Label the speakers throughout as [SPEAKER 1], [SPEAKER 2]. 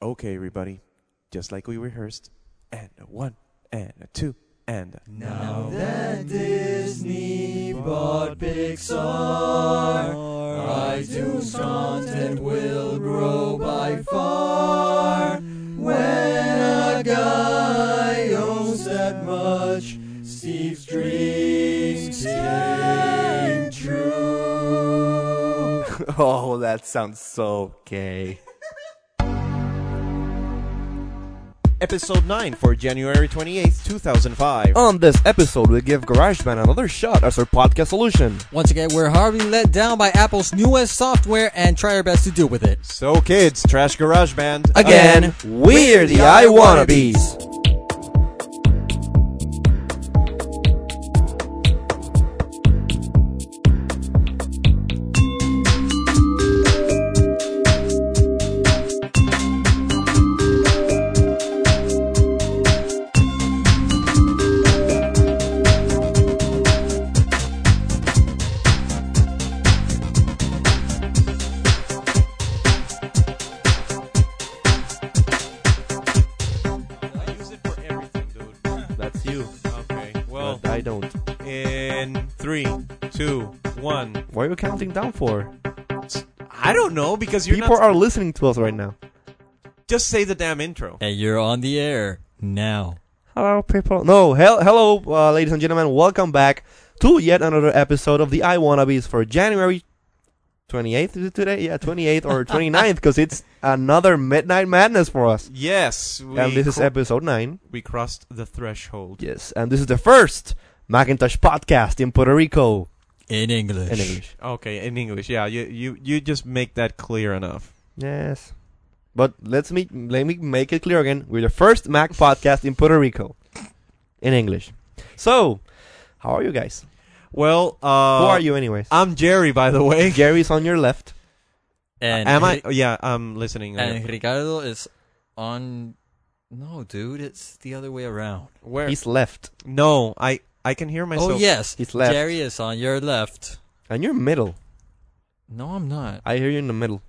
[SPEAKER 1] Okay, everybody, just like we rehearsed. And a one, and a two, and a
[SPEAKER 2] Now that Disney bought Pixar, iTunes content will grow by far. When a guy owns that much, Steve's dreams came true.
[SPEAKER 3] Oh, that sounds so gay.
[SPEAKER 1] episode 9 for January 28th, 2005.
[SPEAKER 3] On this episode, we give GarageBand another shot as our podcast solution.
[SPEAKER 2] Once again, we're hardly let down by Apple's newest software and try our best to deal with it.
[SPEAKER 1] So, kids, trash garage band.
[SPEAKER 3] Again, we're the I Wannabes.
[SPEAKER 1] I use it for everything, dude.
[SPEAKER 3] That's you.
[SPEAKER 1] Okay, well,
[SPEAKER 3] I don't.
[SPEAKER 1] in three, two, one.
[SPEAKER 3] Why are you counting down for?
[SPEAKER 1] I don't know because you're
[SPEAKER 3] People
[SPEAKER 1] not.
[SPEAKER 3] are listening to us right now.
[SPEAKER 1] just say the damn intro.
[SPEAKER 2] And you're on the air now.
[SPEAKER 3] Hello, people. No, hel- hello, uh, ladies and gentlemen. Welcome back to yet another episode of the I Wannabes for January 28th. Is it today? Yeah, 28th or 29th, because it's another Midnight Madness for us.
[SPEAKER 1] Yes, we,
[SPEAKER 3] and this is
[SPEAKER 1] cro-
[SPEAKER 3] episode 9.
[SPEAKER 1] we crossed the threshold.
[SPEAKER 3] Yes, and this is the first Macintosh podcast in Puerto Rico
[SPEAKER 2] In English.
[SPEAKER 3] in English.
[SPEAKER 1] Okay, in English, yeah. You you you just make that clear enough.
[SPEAKER 3] Yes. But let's me let me make it clear again. We're the first Mac podcast in Puerto Rico in English. So, how are you guys?
[SPEAKER 1] Well, uh,
[SPEAKER 3] Who are you anyways?
[SPEAKER 1] I'm Jerry, by the way.
[SPEAKER 3] Gary's on your left.
[SPEAKER 4] And
[SPEAKER 3] Uh,
[SPEAKER 1] Am I?
[SPEAKER 4] Ri-
[SPEAKER 1] oh, Yeah, I'm listening.
[SPEAKER 4] And Ricardo is on. No, dude, it's the other way around.
[SPEAKER 1] Where?
[SPEAKER 3] He's left.
[SPEAKER 1] No, I I can hear myself.
[SPEAKER 4] oh yes,
[SPEAKER 3] He's left.
[SPEAKER 4] Jerry is on your left.
[SPEAKER 3] And you're middle.
[SPEAKER 4] No, I'm not.
[SPEAKER 3] I hear you in the middle.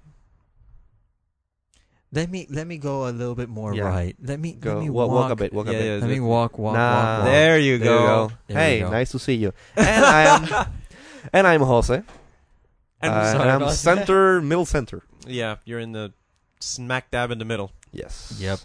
[SPEAKER 4] Let me let me go a little bit more
[SPEAKER 3] Yeah.
[SPEAKER 4] right. Let me
[SPEAKER 3] Go
[SPEAKER 4] let me
[SPEAKER 3] walk,
[SPEAKER 4] walk.
[SPEAKER 3] walk a bit, walk a
[SPEAKER 1] Yeah,
[SPEAKER 3] bit.
[SPEAKER 1] yeah,
[SPEAKER 4] Let me walk, walk,
[SPEAKER 3] Nah.
[SPEAKER 4] walk, walk.
[SPEAKER 1] There you
[SPEAKER 3] There you
[SPEAKER 1] go.
[SPEAKER 3] go.
[SPEAKER 4] There
[SPEAKER 3] hey,
[SPEAKER 4] you go.
[SPEAKER 3] nice to see you. And I am and I'm Jose.
[SPEAKER 1] And
[SPEAKER 3] Uh,
[SPEAKER 4] sorry
[SPEAKER 3] and I'm
[SPEAKER 4] about
[SPEAKER 3] center, middle center.
[SPEAKER 1] yeah, you're in the smack dab in the middle.
[SPEAKER 3] Yes.
[SPEAKER 4] Yep.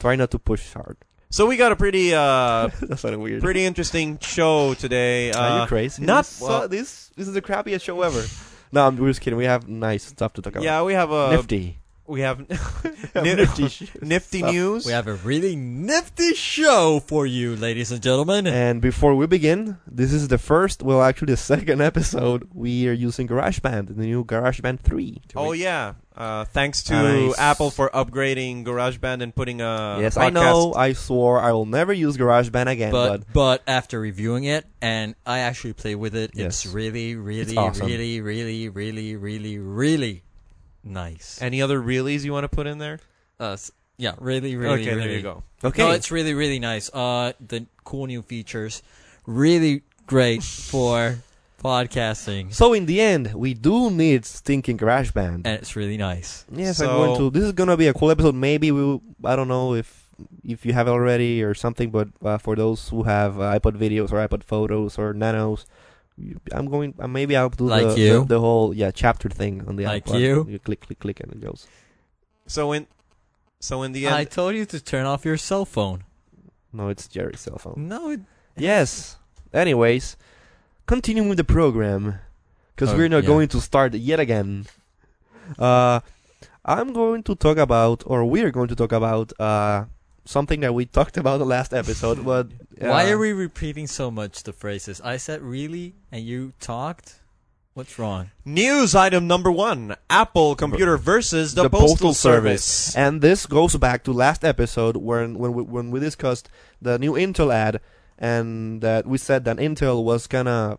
[SPEAKER 3] Try not to push hard.
[SPEAKER 1] So we got a pretty uh
[SPEAKER 3] That's kind of weird.
[SPEAKER 1] pretty interesting show today. Uh,
[SPEAKER 3] Are you crazy?
[SPEAKER 1] not-
[SPEAKER 3] this,
[SPEAKER 1] well-
[SPEAKER 3] this. This is the crappiest show ever. no, I'm we're just kidding. We have nice stuff to talk about.
[SPEAKER 1] Yeah, we have a we
[SPEAKER 3] nifty.
[SPEAKER 1] have
[SPEAKER 3] We have nifty sh-
[SPEAKER 1] nifty
[SPEAKER 3] stuff.
[SPEAKER 1] news.
[SPEAKER 4] We have a really nifty show for you, ladies and gentlemen.
[SPEAKER 3] And before we begin, this is the first, well, actually the second episode we are using GarageBand, the new GarageBand 3.
[SPEAKER 1] Oh yeah! Uh, thanks to
[SPEAKER 3] Nice.
[SPEAKER 1] Apple for upgrading GarageBand and putting a
[SPEAKER 3] yes,
[SPEAKER 1] Uh, podcast.
[SPEAKER 3] I know. I swore I will never use GarageBand again, but,
[SPEAKER 4] but but after reviewing it and I actually play with it,
[SPEAKER 3] Yes.
[SPEAKER 4] it's really, really,
[SPEAKER 3] awesome.
[SPEAKER 4] really, really, really, really, really nice.
[SPEAKER 1] Any other reallys you want to put in there?
[SPEAKER 4] Uh, s- yeah, really, really,
[SPEAKER 1] okay, there
[SPEAKER 4] really.
[SPEAKER 1] you go.
[SPEAKER 3] okay.
[SPEAKER 4] No, it's really, really nice. Uh, the cool new features, really great for podcasting,
[SPEAKER 3] so in the end, we do need stinking GarageBand.
[SPEAKER 4] and it's really nice.
[SPEAKER 3] Yes,
[SPEAKER 1] So-
[SPEAKER 3] I'm going to. This is going to be a cool episode. Maybe we. Will, I don't know if if you have already or something, but uh, for those who have uh, iPod videos or iPod photos or nanos, you- I'm going. Uh, maybe I'll do the,
[SPEAKER 4] Like you?
[SPEAKER 3] the the whole yeah chapter thing on the
[SPEAKER 4] Like
[SPEAKER 3] iPod.
[SPEAKER 4] you?
[SPEAKER 3] click click click and it goes.
[SPEAKER 1] So in so in the
[SPEAKER 4] I
[SPEAKER 1] end,
[SPEAKER 4] told you to turn off your cell phone.
[SPEAKER 3] No, it's Jerry's cell phone.
[SPEAKER 4] No, it,
[SPEAKER 3] Yes. Anyways, continuing the program because
[SPEAKER 4] Oh,
[SPEAKER 3] we're not
[SPEAKER 4] yeah.
[SPEAKER 3] going to start yet again. Uh, I'm going to talk about, or we're going to talk about, uh, something that we talked about the last episode. but uh,
[SPEAKER 4] why are we repeating so much the phrases? I said really, and you talked. What's wrong?
[SPEAKER 1] news item number one: Apple computer versus the, postal, service.
[SPEAKER 3] And this goes back to last episode when when we, when we discussed the new Intel ad, and that we said that Intel was gonna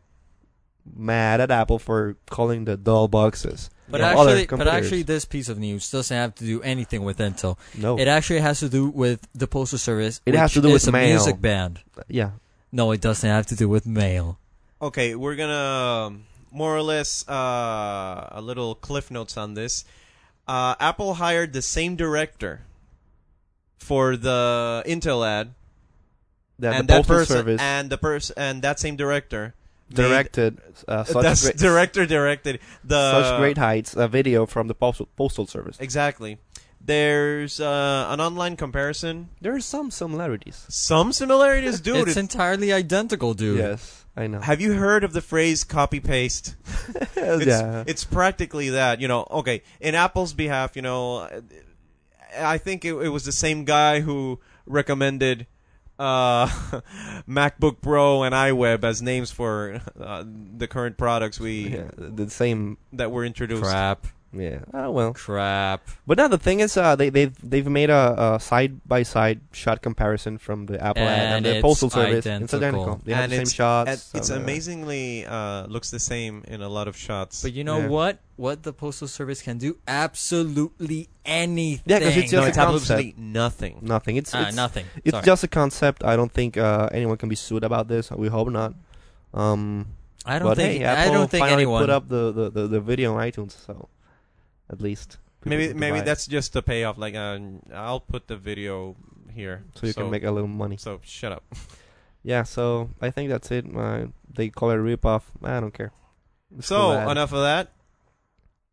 [SPEAKER 3] mad at Apple for calling the dull boxes.
[SPEAKER 4] But
[SPEAKER 3] of other
[SPEAKER 4] actually, but
[SPEAKER 3] computers.
[SPEAKER 4] actually, this piece of news doesn't have to do anything with Intel.
[SPEAKER 3] no,
[SPEAKER 4] It actually has to do with the postal service.
[SPEAKER 3] It has
[SPEAKER 4] which
[SPEAKER 3] to do
[SPEAKER 4] is
[SPEAKER 3] with
[SPEAKER 4] a
[SPEAKER 3] mail.
[SPEAKER 4] music band.
[SPEAKER 3] yeah,
[SPEAKER 4] No, it doesn't have to do with mail.
[SPEAKER 1] Okay, we're gonna um, more or less uh, a little cliff notes on this. Uh, Apple hired the same director for the Intel ad,
[SPEAKER 3] That
[SPEAKER 1] and
[SPEAKER 3] the
[SPEAKER 1] that
[SPEAKER 3] postal
[SPEAKER 1] person
[SPEAKER 3] service
[SPEAKER 1] and the person and that same director made-
[SPEAKER 3] directed uh, such,
[SPEAKER 1] that's uh,
[SPEAKER 3] great,
[SPEAKER 1] director directed the
[SPEAKER 3] such great heights a video from the postal postal service.
[SPEAKER 1] exactly. There's uh, an online comparison.
[SPEAKER 3] There are some similarities.
[SPEAKER 1] Some similarities, dude.
[SPEAKER 4] it's
[SPEAKER 1] It-
[SPEAKER 4] entirely identical, dude.
[SPEAKER 3] Yes, I know.
[SPEAKER 1] have you heard of the phrase copy paste? It's,
[SPEAKER 3] yeah.
[SPEAKER 1] it's practically that. You know, okay. In Apple's behalf, you know, I think it, it was the same guy who recommended uh, MacBook Pro and iWeb as names for uh, the current products we
[SPEAKER 3] yeah, the same.
[SPEAKER 1] that were introduced.
[SPEAKER 4] Crap.
[SPEAKER 3] Yeah. Oh well.
[SPEAKER 4] Crap.
[SPEAKER 3] But now the thing is, uh, they they've they've made a, a side by side shot comparison from the Apple ad
[SPEAKER 4] And
[SPEAKER 3] and the
[SPEAKER 4] it's
[SPEAKER 3] postal service. It's
[SPEAKER 4] identical.
[SPEAKER 3] identical. They have
[SPEAKER 1] And
[SPEAKER 3] the same
[SPEAKER 1] it's-
[SPEAKER 3] shots.
[SPEAKER 1] And it's
[SPEAKER 3] uh,
[SPEAKER 1] amazingly uh, looks the same in a lot of shots.
[SPEAKER 4] But you know
[SPEAKER 3] Yeah.
[SPEAKER 4] what? What the postal service can do? Absolutely anything.
[SPEAKER 3] Yeah, 'cause it's
[SPEAKER 1] no,
[SPEAKER 3] just
[SPEAKER 1] it's
[SPEAKER 3] a concept.
[SPEAKER 1] absolutely nothing.
[SPEAKER 3] Nothing. It's,
[SPEAKER 4] Ah,
[SPEAKER 3] it's
[SPEAKER 4] nothing.
[SPEAKER 3] It's
[SPEAKER 4] Sorry.
[SPEAKER 3] just a concept. I don't think uh, anyone can be sued about this. We hope not. Um,
[SPEAKER 4] I don't
[SPEAKER 3] but
[SPEAKER 4] think
[SPEAKER 3] hey,
[SPEAKER 4] I
[SPEAKER 3] Apple
[SPEAKER 4] don't think
[SPEAKER 3] finally
[SPEAKER 4] anyone
[SPEAKER 3] put up the, the, the, the video on iTunes, so at least people
[SPEAKER 1] Maybe
[SPEAKER 3] can
[SPEAKER 1] maybe
[SPEAKER 3] buy it.
[SPEAKER 1] that's just the payoff. Like uh, I'll put the video here,
[SPEAKER 3] so you can make a little money.
[SPEAKER 1] So shut up.
[SPEAKER 3] Yeah. So I think that's it. Uh, they call it a rip off. I don't care. It's
[SPEAKER 1] So
[SPEAKER 3] cool ad.
[SPEAKER 1] enough of that.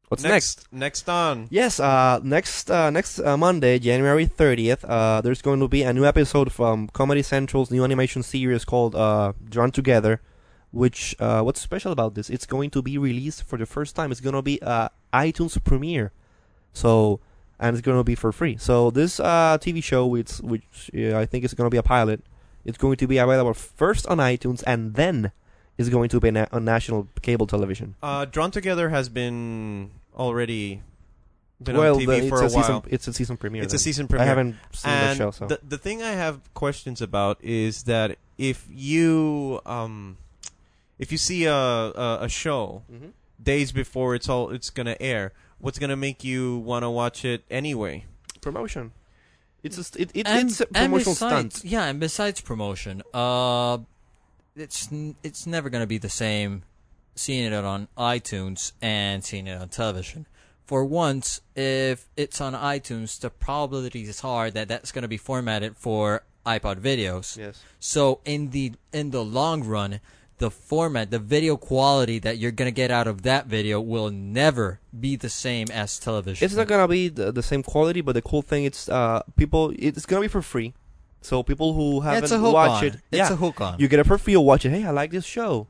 [SPEAKER 3] What's
[SPEAKER 1] next? Next on.
[SPEAKER 3] Yes, uh, next uh, next uh, Monday, January 30th, uh, there's going to be a new episode from Comedy Central's new animation series called uh, Drawn Together, which, uh, what's special about this? It's going to be released for the first time. It's going to be uh, iTunes premiere. So, and it's going to be for free. So this uh, TV show, which, which uh, I think is going to be a pilot, it's going to be available first on iTunes and then is going to be na- on national cable television.
[SPEAKER 1] Uh, Drawn Together has been already been
[SPEAKER 3] well,
[SPEAKER 1] on TV
[SPEAKER 3] the-
[SPEAKER 1] for
[SPEAKER 3] it's
[SPEAKER 1] a,
[SPEAKER 3] season,
[SPEAKER 1] while.
[SPEAKER 3] it's a season premiere.
[SPEAKER 1] it's a
[SPEAKER 3] then.
[SPEAKER 1] season premiere.
[SPEAKER 3] I haven't seen
[SPEAKER 1] and
[SPEAKER 3] the show, so
[SPEAKER 1] the the thing I have questions about is that if you um if you see a a, a show
[SPEAKER 4] Mm-hmm.
[SPEAKER 1] days before it's all it's gonna air, what's gonna make you want to watch it anyway?
[SPEAKER 3] promotion. It's a st- it, it,
[SPEAKER 4] and,
[SPEAKER 3] it's a
[SPEAKER 4] and
[SPEAKER 3] promotional
[SPEAKER 4] besides,
[SPEAKER 3] stunt.
[SPEAKER 4] Yeah, and besides promotion, uh, it's n- it's never gonna be the same seeing it on iTunes and seeing it on television. For once, if it's on iTunes, the probabilities are that that's gonna be formatted for iPod videos.
[SPEAKER 3] Yes,
[SPEAKER 4] So in the in the long run, the format, the video quality that you're gonna get out of that video will never be the same as television.
[SPEAKER 3] it's not gonna be the, the same quality, but the cool thing it's uh people it's gonna be for free, so people who haven't
[SPEAKER 4] it's a hook
[SPEAKER 3] watched
[SPEAKER 4] on.
[SPEAKER 3] it,
[SPEAKER 4] It's
[SPEAKER 3] yeah,
[SPEAKER 4] a hook on.
[SPEAKER 3] you get it for free. You watch it. Hey, I like this show.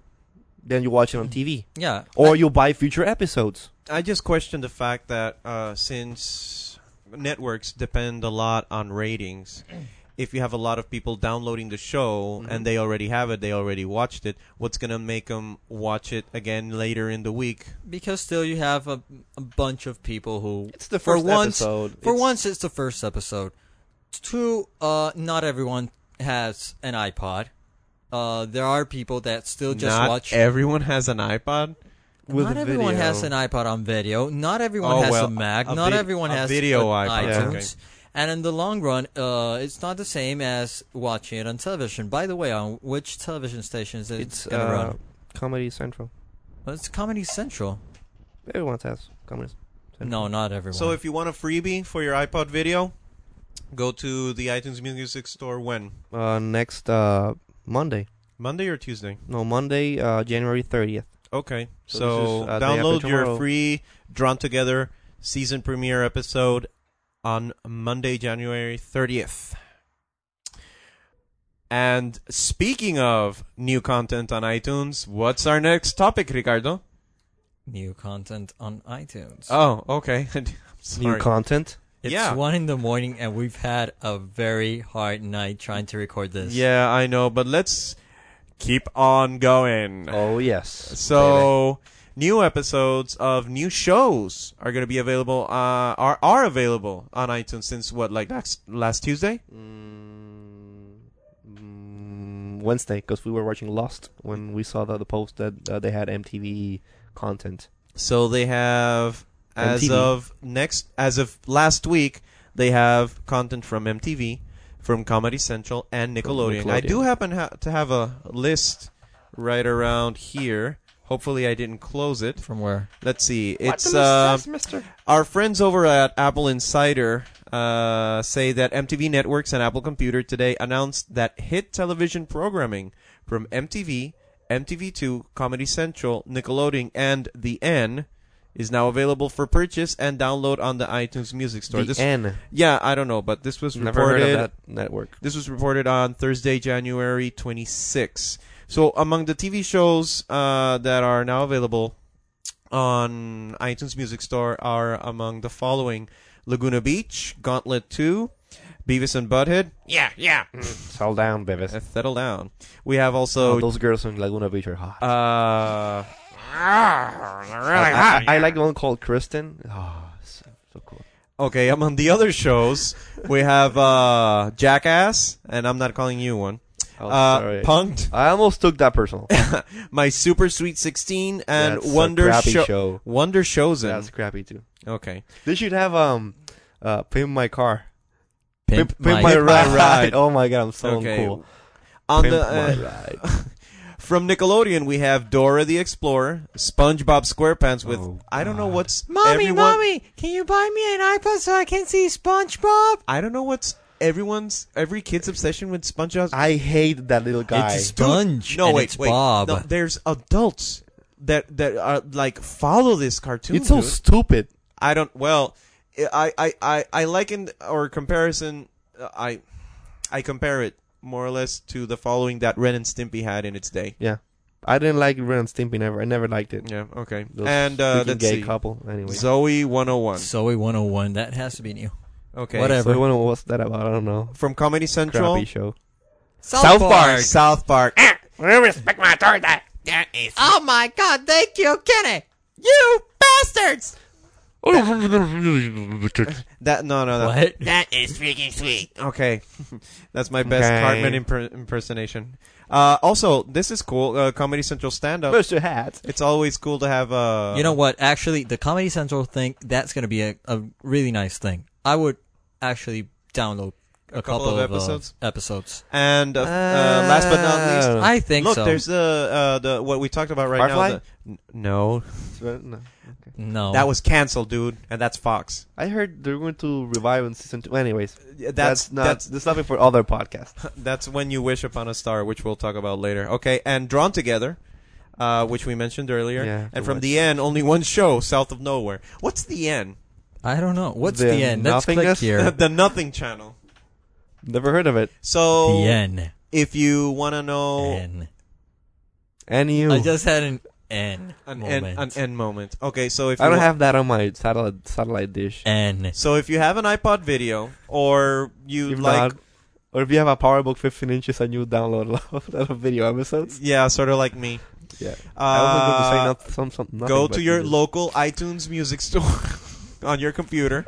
[SPEAKER 3] Then you watch it
[SPEAKER 4] Mm-hmm.
[SPEAKER 3] on TV,
[SPEAKER 4] yeah.
[SPEAKER 3] or you buy future episodes.
[SPEAKER 1] I just question the fact that uh, since networks depend a lot on ratings, if you have a lot of people downloading the show
[SPEAKER 4] Mm-hmm.
[SPEAKER 1] and they already have it, they already watched it, what's going to make them watch it again later in the week?
[SPEAKER 4] Because still, you have a, a bunch of people who
[SPEAKER 3] It's the
[SPEAKER 4] for
[SPEAKER 3] first
[SPEAKER 4] once,
[SPEAKER 3] episode.
[SPEAKER 4] For
[SPEAKER 3] It's-
[SPEAKER 4] once, it's the first episode. Two, uh, not everyone has an iPod. Uh, there are people that still just
[SPEAKER 1] Not
[SPEAKER 4] watch.
[SPEAKER 1] everyone has an iPod.
[SPEAKER 3] with
[SPEAKER 4] not everyone
[SPEAKER 3] video.
[SPEAKER 4] has an iPod on video. Not everyone
[SPEAKER 1] Oh,
[SPEAKER 4] has
[SPEAKER 1] well,
[SPEAKER 4] a Mac.
[SPEAKER 1] a
[SPEAKER 4] not
[SPEAKER 1] vid-
[SPEAKER 4] everyone
[SPEAKER 1] a
[SPEAKER 4] has
[SPEAKER 1] video
[SPEAKER 4] an
[SPEAKER 1] iPod,
[SPEAKER 3] yeah.
[SPEAKER 4] iTunes. And in the long run, uh, it's not the same as watching it on television. By the way, on which television stations is
[SPEAKER 3] It's
[SPEAKER 4] it gonna
[SPEAKER 3] uh,
[SPEAKER 4] run?
[SPEAKER 3] Comedy Central.
[SPEAKER 4] Well, it's Comedy Central.
[SPEAKER 3] Everyone has Comedy. Central.
[SPEAKER 4] No, not everyone.
[SPEAKER 1] So if you want a freebie for your iPod video, go to the iTunes Music Store when?
[SPEAKER 3] uh, next uh, Monday.
[SPEAKER 1] Monday or Tuesday?
[SPEAKER 3] No, Monday, uh, January thirtieth.
[SPEAKER 1] Okay. So,
[SPEAKER 3] So this is, uh, day after
[SPEAKER 1] download your
[SPEAKER 3] tomorrow.
[SPEAKER 1] free Drawn Together season premiere episode on Monday, January 30th. And speaking of new content on iTunes, what's our next topic, Ricardo?
[SPEAKER 4] new content on iTunes.
[SPEAKER 1] Oh, okay. I'm sorry.
[SPEAKER 3] New content.
[SPEAKER 4] It's
[SPEAKER 1] Yeah.
[SPEAKER 4] one in the morning, and we've had a very hard night trying to record this.
[SPEAKER 1] yeah, I know, but let's keep on going.
[SPEAKER 3] Oh yes.
[SPEAKER 1] So new episodes of new shows are going to be available. Uh, are are available on iTunes since what like last last Tuesday?
[SPEAKER 3] Mm, mm, Wednesday, because we were watching Lost when we saw the, the post that uh, they had MTV content.
[SPEAKER 1] So they have as
[SPEAKER 3] MTV.
[SPEAKER 1] of next as of last week they have content from MTV, from Comedy Central and Nickelodeon. I do
[SPEAKER 3] Nickelodeon.
[SPEAKER 1] happen ha- to have a list right around here. Hopefully I didn't close it.
[SPEAKER 4] From where?
[SPEAKER 1] um, Let's see. It's uh, our friends over at Apple Insider uh, uh, say that MTV Networks and Apple Computer today announced that hit television programming from MTV, MTV2, Comedy Central, Nickelodeon, and The N is now available for purchase and download on the iTunes Music Store.
[SPEAKER 3] The
[SPEAKER 1] this,
[SPEAKER 3] N.
[SPEAKER 1] yeah, I don't know, but this was
[SPEAKER 3] Never heard
[SPEAKER 1] reported
[SPEAKER 3] of that network.
[SPEAKER 1] this was reported on Thursday, January 26. So among the TV shows uh, that are now available on iTunes Music Store are among the following: Laguna Beach, Gauntlet 2, Beavis and Butthead, yeah, yeah,
[SPEAKER 3] Sell down, Bevis.
[SPEAKER 1] and Settle Down. We have
[SPEAKER 3] Oh,
[SPEAKER 1] also
[SPEAKER 3] those girls in Laguna Beach are hot.
[SPEAKER 1] uh,
[SPEAKER 3] I, I, I like the one called Kristen. Oh, so, so cool.
[SPEAKER 1] okay. Among the other shows, we have uh, Jackass, and I'm not calling you one.
[SPEAKER 3] Oh,
[SPEAKER 1] uh,
[SPEAKER 3] sorry.
[SPEAKER 1] Punked,
[SPEAKER 3] I almost took that personal.
[SPEAKER 1] My Super Sweet 16, and
[SPEAKER 3] That's a
[SPEAKER 1] Wonder
[SPEAKER 3] crappy
[SPEAKER 1] Sho-
[SPEAKER 3] show.
[SPEAKER 1] Wonder Chosen.
[SPEAKER 3] That's crappy too.
[SPEAKER 1] Okay.
[SPEAKER 3] They should have um, uh, pimp my car.
[SPEAKER 4] Pimp, my,
[SPEAKER 1] ride.
[SPEAKER 3] Oh my god, I'm so
[SPEAKER 1] Okay.
[SPEAKER 3] cool.
[SPEAKER 1] On
[SPEAKER 3] Pimp
[SPEAKER 1] the
[SPEAKER 3] my
[SPEAKER 1] uh,
[SPEAKER 3] ride.
[SPEAKER 1] from Nickelodeon, we have Dora the Explorer, SpongeBob SquarePants with
[SPEAKER 3] Oh,
[SPEAKER 1] I don't know what's
[SPEAKER 2] Mommy,
[SPEAKER 1] everyone-
[SPEAKER 2] mommy, can you buy me an iPod so I can see SpongeBob?
[SPEAKER 1] I don't know what's everyone's every kid's obsession with SpongeBob.
[SPEAKER 3] I hate that little guy.
[SPEAKER 4] It's Sponge.
[SPEAKER 1] no,
[SPEAKER 4] and
[SPEAKER 1] wait,
[SPEAKER 4] it's
[SPEAKER 1] wait.
[SPEAKER 4] Bob.
[SPEAKER 1] No, there's adults that that are like follow this cartoon.
[SPEAKER 3] it's so
[SPEAKER 1] dude.
[SPEAKER 3] stupid.
[SPEAKER 1] I don't. Well, I I I, I liken or comparison. uh, I I compare it more or less to the following that Ren and Stimpy had in its day.
[SPEAKER 3] Yeah, I didn't like Ren and Stimpy. Never, I never liked it.
[SPEAKER 1] Yeah. Okay.
[SPEAKER 3] Those
[SPEAKER 1] and uh,
[SPEAKER 3] freaking
[SPEAKER 1] let's
[SPEAKER 3] gay
[SPEAKER 1] see.
[SPEAKER 3] couple. Anyway,
[SPEAKER 1] Zoe 101.
[SPEAKER 4] Zoe 101. That has to be new.
[SPEAKER 1] Okay.
[SPEAKER 4] Whatever.
[SPEAKER 3] so I wonder what's that about? I don't know.
[SPEAKER 1] From Comedy Central.
[SPEAKER 3] Crappy show.
[SPEAKER 4] South,
[SPEAKER 1] South Park.
[SPEAKER 5] respect my authority. That is
[SPEAKER 2] Oh my god, thank you, Kenny! You bastards!
[SPEAKER 1] Oh, That no no no.
[SPEAKER 4] What?
[SPEAKER 5] that is freaking sweet.
[SPEAKER 1] Okay, that's my best
[SPEAKER 3] Okay.
[SPEAKER 1] Cartman imper- impersonation. Uh, also, this is cool. Uh, Comedy Central stand up.
[SPEAKER 3] Mr. Hat.
[SPEAKER 1] It's always cool to have. Uh,
[SPEAKER 4] You know what? Actually, the Comedy Central thing, that's going to be a, a really nice thing. I would actually download a,
[SPEAKER 1] couple of
[SPEAKER 4] uh,
[SPEAKER 1] episodes?
[SPEAKER 4] episodes.
[SPEAKER 1] And uh, uh, last but not least,
[SPEAKER 3] Uh,
[SPEAKER 4] I think
[SPEAKER 1] look,
[SPEAKER 4] so.
[SPEAKER 1] there's the uh, the what we talked about right now.
[SPEAKER 3] Firefly?
[SPEAKER 1] The, n- no,
[SPEAKER 3] uh, No.
[SPEAKER 4] no.
[SPEAKER 1] that was canceled, dude, and that's Fox.
[SPEAKER 3] I heard they're going to revive in season two. Anyways,
[SPEAKER 1] That's
[SPEAKER 3] that's not
[SPEAKER 1] that's
[SPEAKER 3] that's, something for other podcasts.
[SPEAKER 1] That's when you wish upon a star, which we'll talk about later. Okay, and drawn together, uh, which we mentioned earlier,
[SPEAKER 3] Yeah,
[SPEAKER 1] and
[SPEAKER 3] it
[SPEAKER 1] from
[SPEAKER 3] was.
[SPEAKER 1] the end, only one show, South of Nowhere. What's the end?
[SPEAKER 4] I don't know. What's the,
[SPEAKER 3] The
[SPEAKER 4] end? Let's click
[SPEAKER 3] nothingness?
[SPEAKER 4] here.
[SPEAKER 1] the Nothing Channel.
[SPEAKER 3] Never heard of it.
[SPEAKER 1] So
[SPEAKER 4] the N.
[SPEAKER 1] if you want to know
[SPEAKER 4] N.
[SPEAKER 3] And you,
[SPEAKER 4] I
[SPEAKER 3] I,
[SPEAKER 4] just had an N.
[SPEAKER 1] an end,
[SPEAKER 4] moment.
[SPEAKER 1] an end moment, okay. So if you wa-
[SPEAKER 3] don't have that on my satellite satellite dish.
[SPEAKER 4] N.
[SPEAKER 1] so if you have an iPod video or you
[SPEAKER 3] If
[SPEAKER 1] like,
[SPEAKER 3] not, or if you have a PowerBook 15 inches and you download a lot of- a lot of video episodes.
[SPEAKER 1] yeah, sort of like me,
[SPEAKER 3] Yeah. I was going to say
[SPEAKER 1] uh,
[SPEAKER 3] not, some, some, nothing,
[SPEAKER 1] go
[SPEAKER 3] but
[SPEAKER 1] to
[SPEAKER 3] you
[SPEAKER 1] your
[SPEAKER 3] did.
[SPEAKER 1] local iTunes music store on your computer.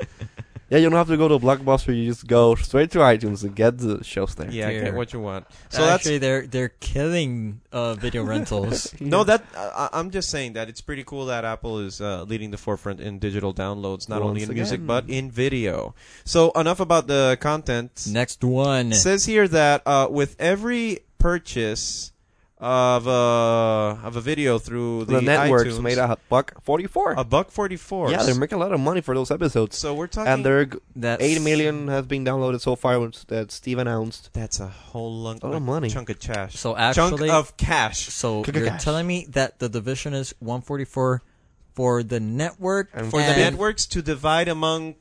[SPEAKER 3] Yeah, you don't have to go to Blockbuster. You just go straight to iTunes and get the shows there.
[SPEAKER 1] Yeah,
[SPEAKER 4] Dear.
[SPEAKER 1] get what you want. So
[SPEAKER 4] So
[SPEAKER 1] that's
[SPEAKER 4] actually, they're they're killing uh, video rentals.
[SPEAKER 1] No, that I I- I'm just saying that it's pretty cool that Apple is uh, leading the forefront in digital downloads, not only in
[SPEAKER 3] Once
[SPEAKER 1] music
[SPEAKER 3] again.
[SPEAKER 1] but in video. So enough about the content.
[SPEAKER 4] Next one.
[SPEAKER 1] It says here that uh, with every purchase of a of a video through the,
[SPEAKER 3] the, networks
[SPEAKER 1] iTunes,
[SPEAKER 3] made a buck 44.
[SPEAKER 1] a buck forty four.
[SPEAKER 3] yeah, they're making a lot of money for those episodes.
[SPEAKER 1] so we're talking.
[SPEAKER 3] And they're g-
[SPEAKER 4] That's
[SPEAKER 3] 8 million has been downloaded so far which that Steve announced.
[SPEAKER 1] that's a whole lung,
[SPEAKER 3] A lot of money.
[SPEAKER 1] chunk of cash.
[SPEAKER 4] So
[SPEAKER 1] chunk
[SPEAKER 4] actually,
[SPEAKER 1] of cash.
[SPEAKER 4] so
[SPEAKER 3] Click a
[SPEAKER 4] you're
[SPEAKER 3] cash.
[SPEAKER 4] telling me that the division is 144 for the network
[SPEAKER 3] And
[SPEAKER 1] For the
[SPEAKER 4] and-
[SPEAKER 1] networks to divide among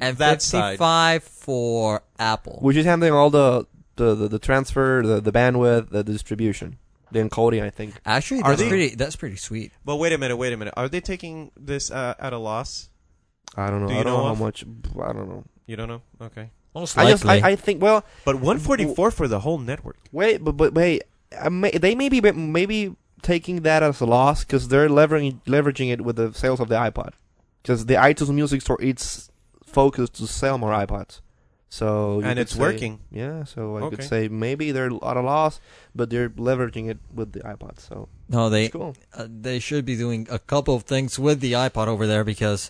[SPEAKER 4] and
[SPEAKER 1] that
[SPEAKER 4] 55 for Apple.
[SPEAKER 3] Which is handling all the the, the, the transfer, the, the bandwidth, the distribution, the encoding, I think.
[SPEAKER 4] Actually,
[SPEAKER 1] Are
[SPEAKER 4] that's
[SPEAKER 1] they-
[SPEAKER 4] pretty. That's pretty sweet.
[SPEAKER 1] But wait a minute, wait a minute. Are they taking this uh, at a loss?
[SPEAKER 3] I don't know.
[SPEAKER 1] Do you
[SPEAKER 3] I don't know,
[SPEAKER 1] know
[SPEAKER 3] how
[SPEAKER 1] of?
[SPEAKER 3] much. I don't know.
[SPEAKER 1] You don't know? Okay.
[SPEAKER 4] Most
[SPEAKER 3] I just I, I think well
[SPEAKER 1] But 144 for the whole network.
[SPEAKER 3] wait but but wait I may, they may be maybe taking that as a loss because they're leveraging leveraging it with the sales of the iPod because the iTunes Music Store it's focused to sell more iPods so you
[SPEAKER 1] And
[SPEAKER 3] could
[SPEAKER 1] it's
[SPEAKER 3] say-
[SPEAKER 1] working.
[SPEAKER 3] yeah so I could
[SPEAKER 1] Okay.
[SPEAKER 3] say maybe they're at a loss but they're leveraging it with the iPod so
[SPEAKER 4] no, they
[SPEAKER 3] it's cool
[SPEAKER 4] uh, they should be doing a couple of things with the iPod over there because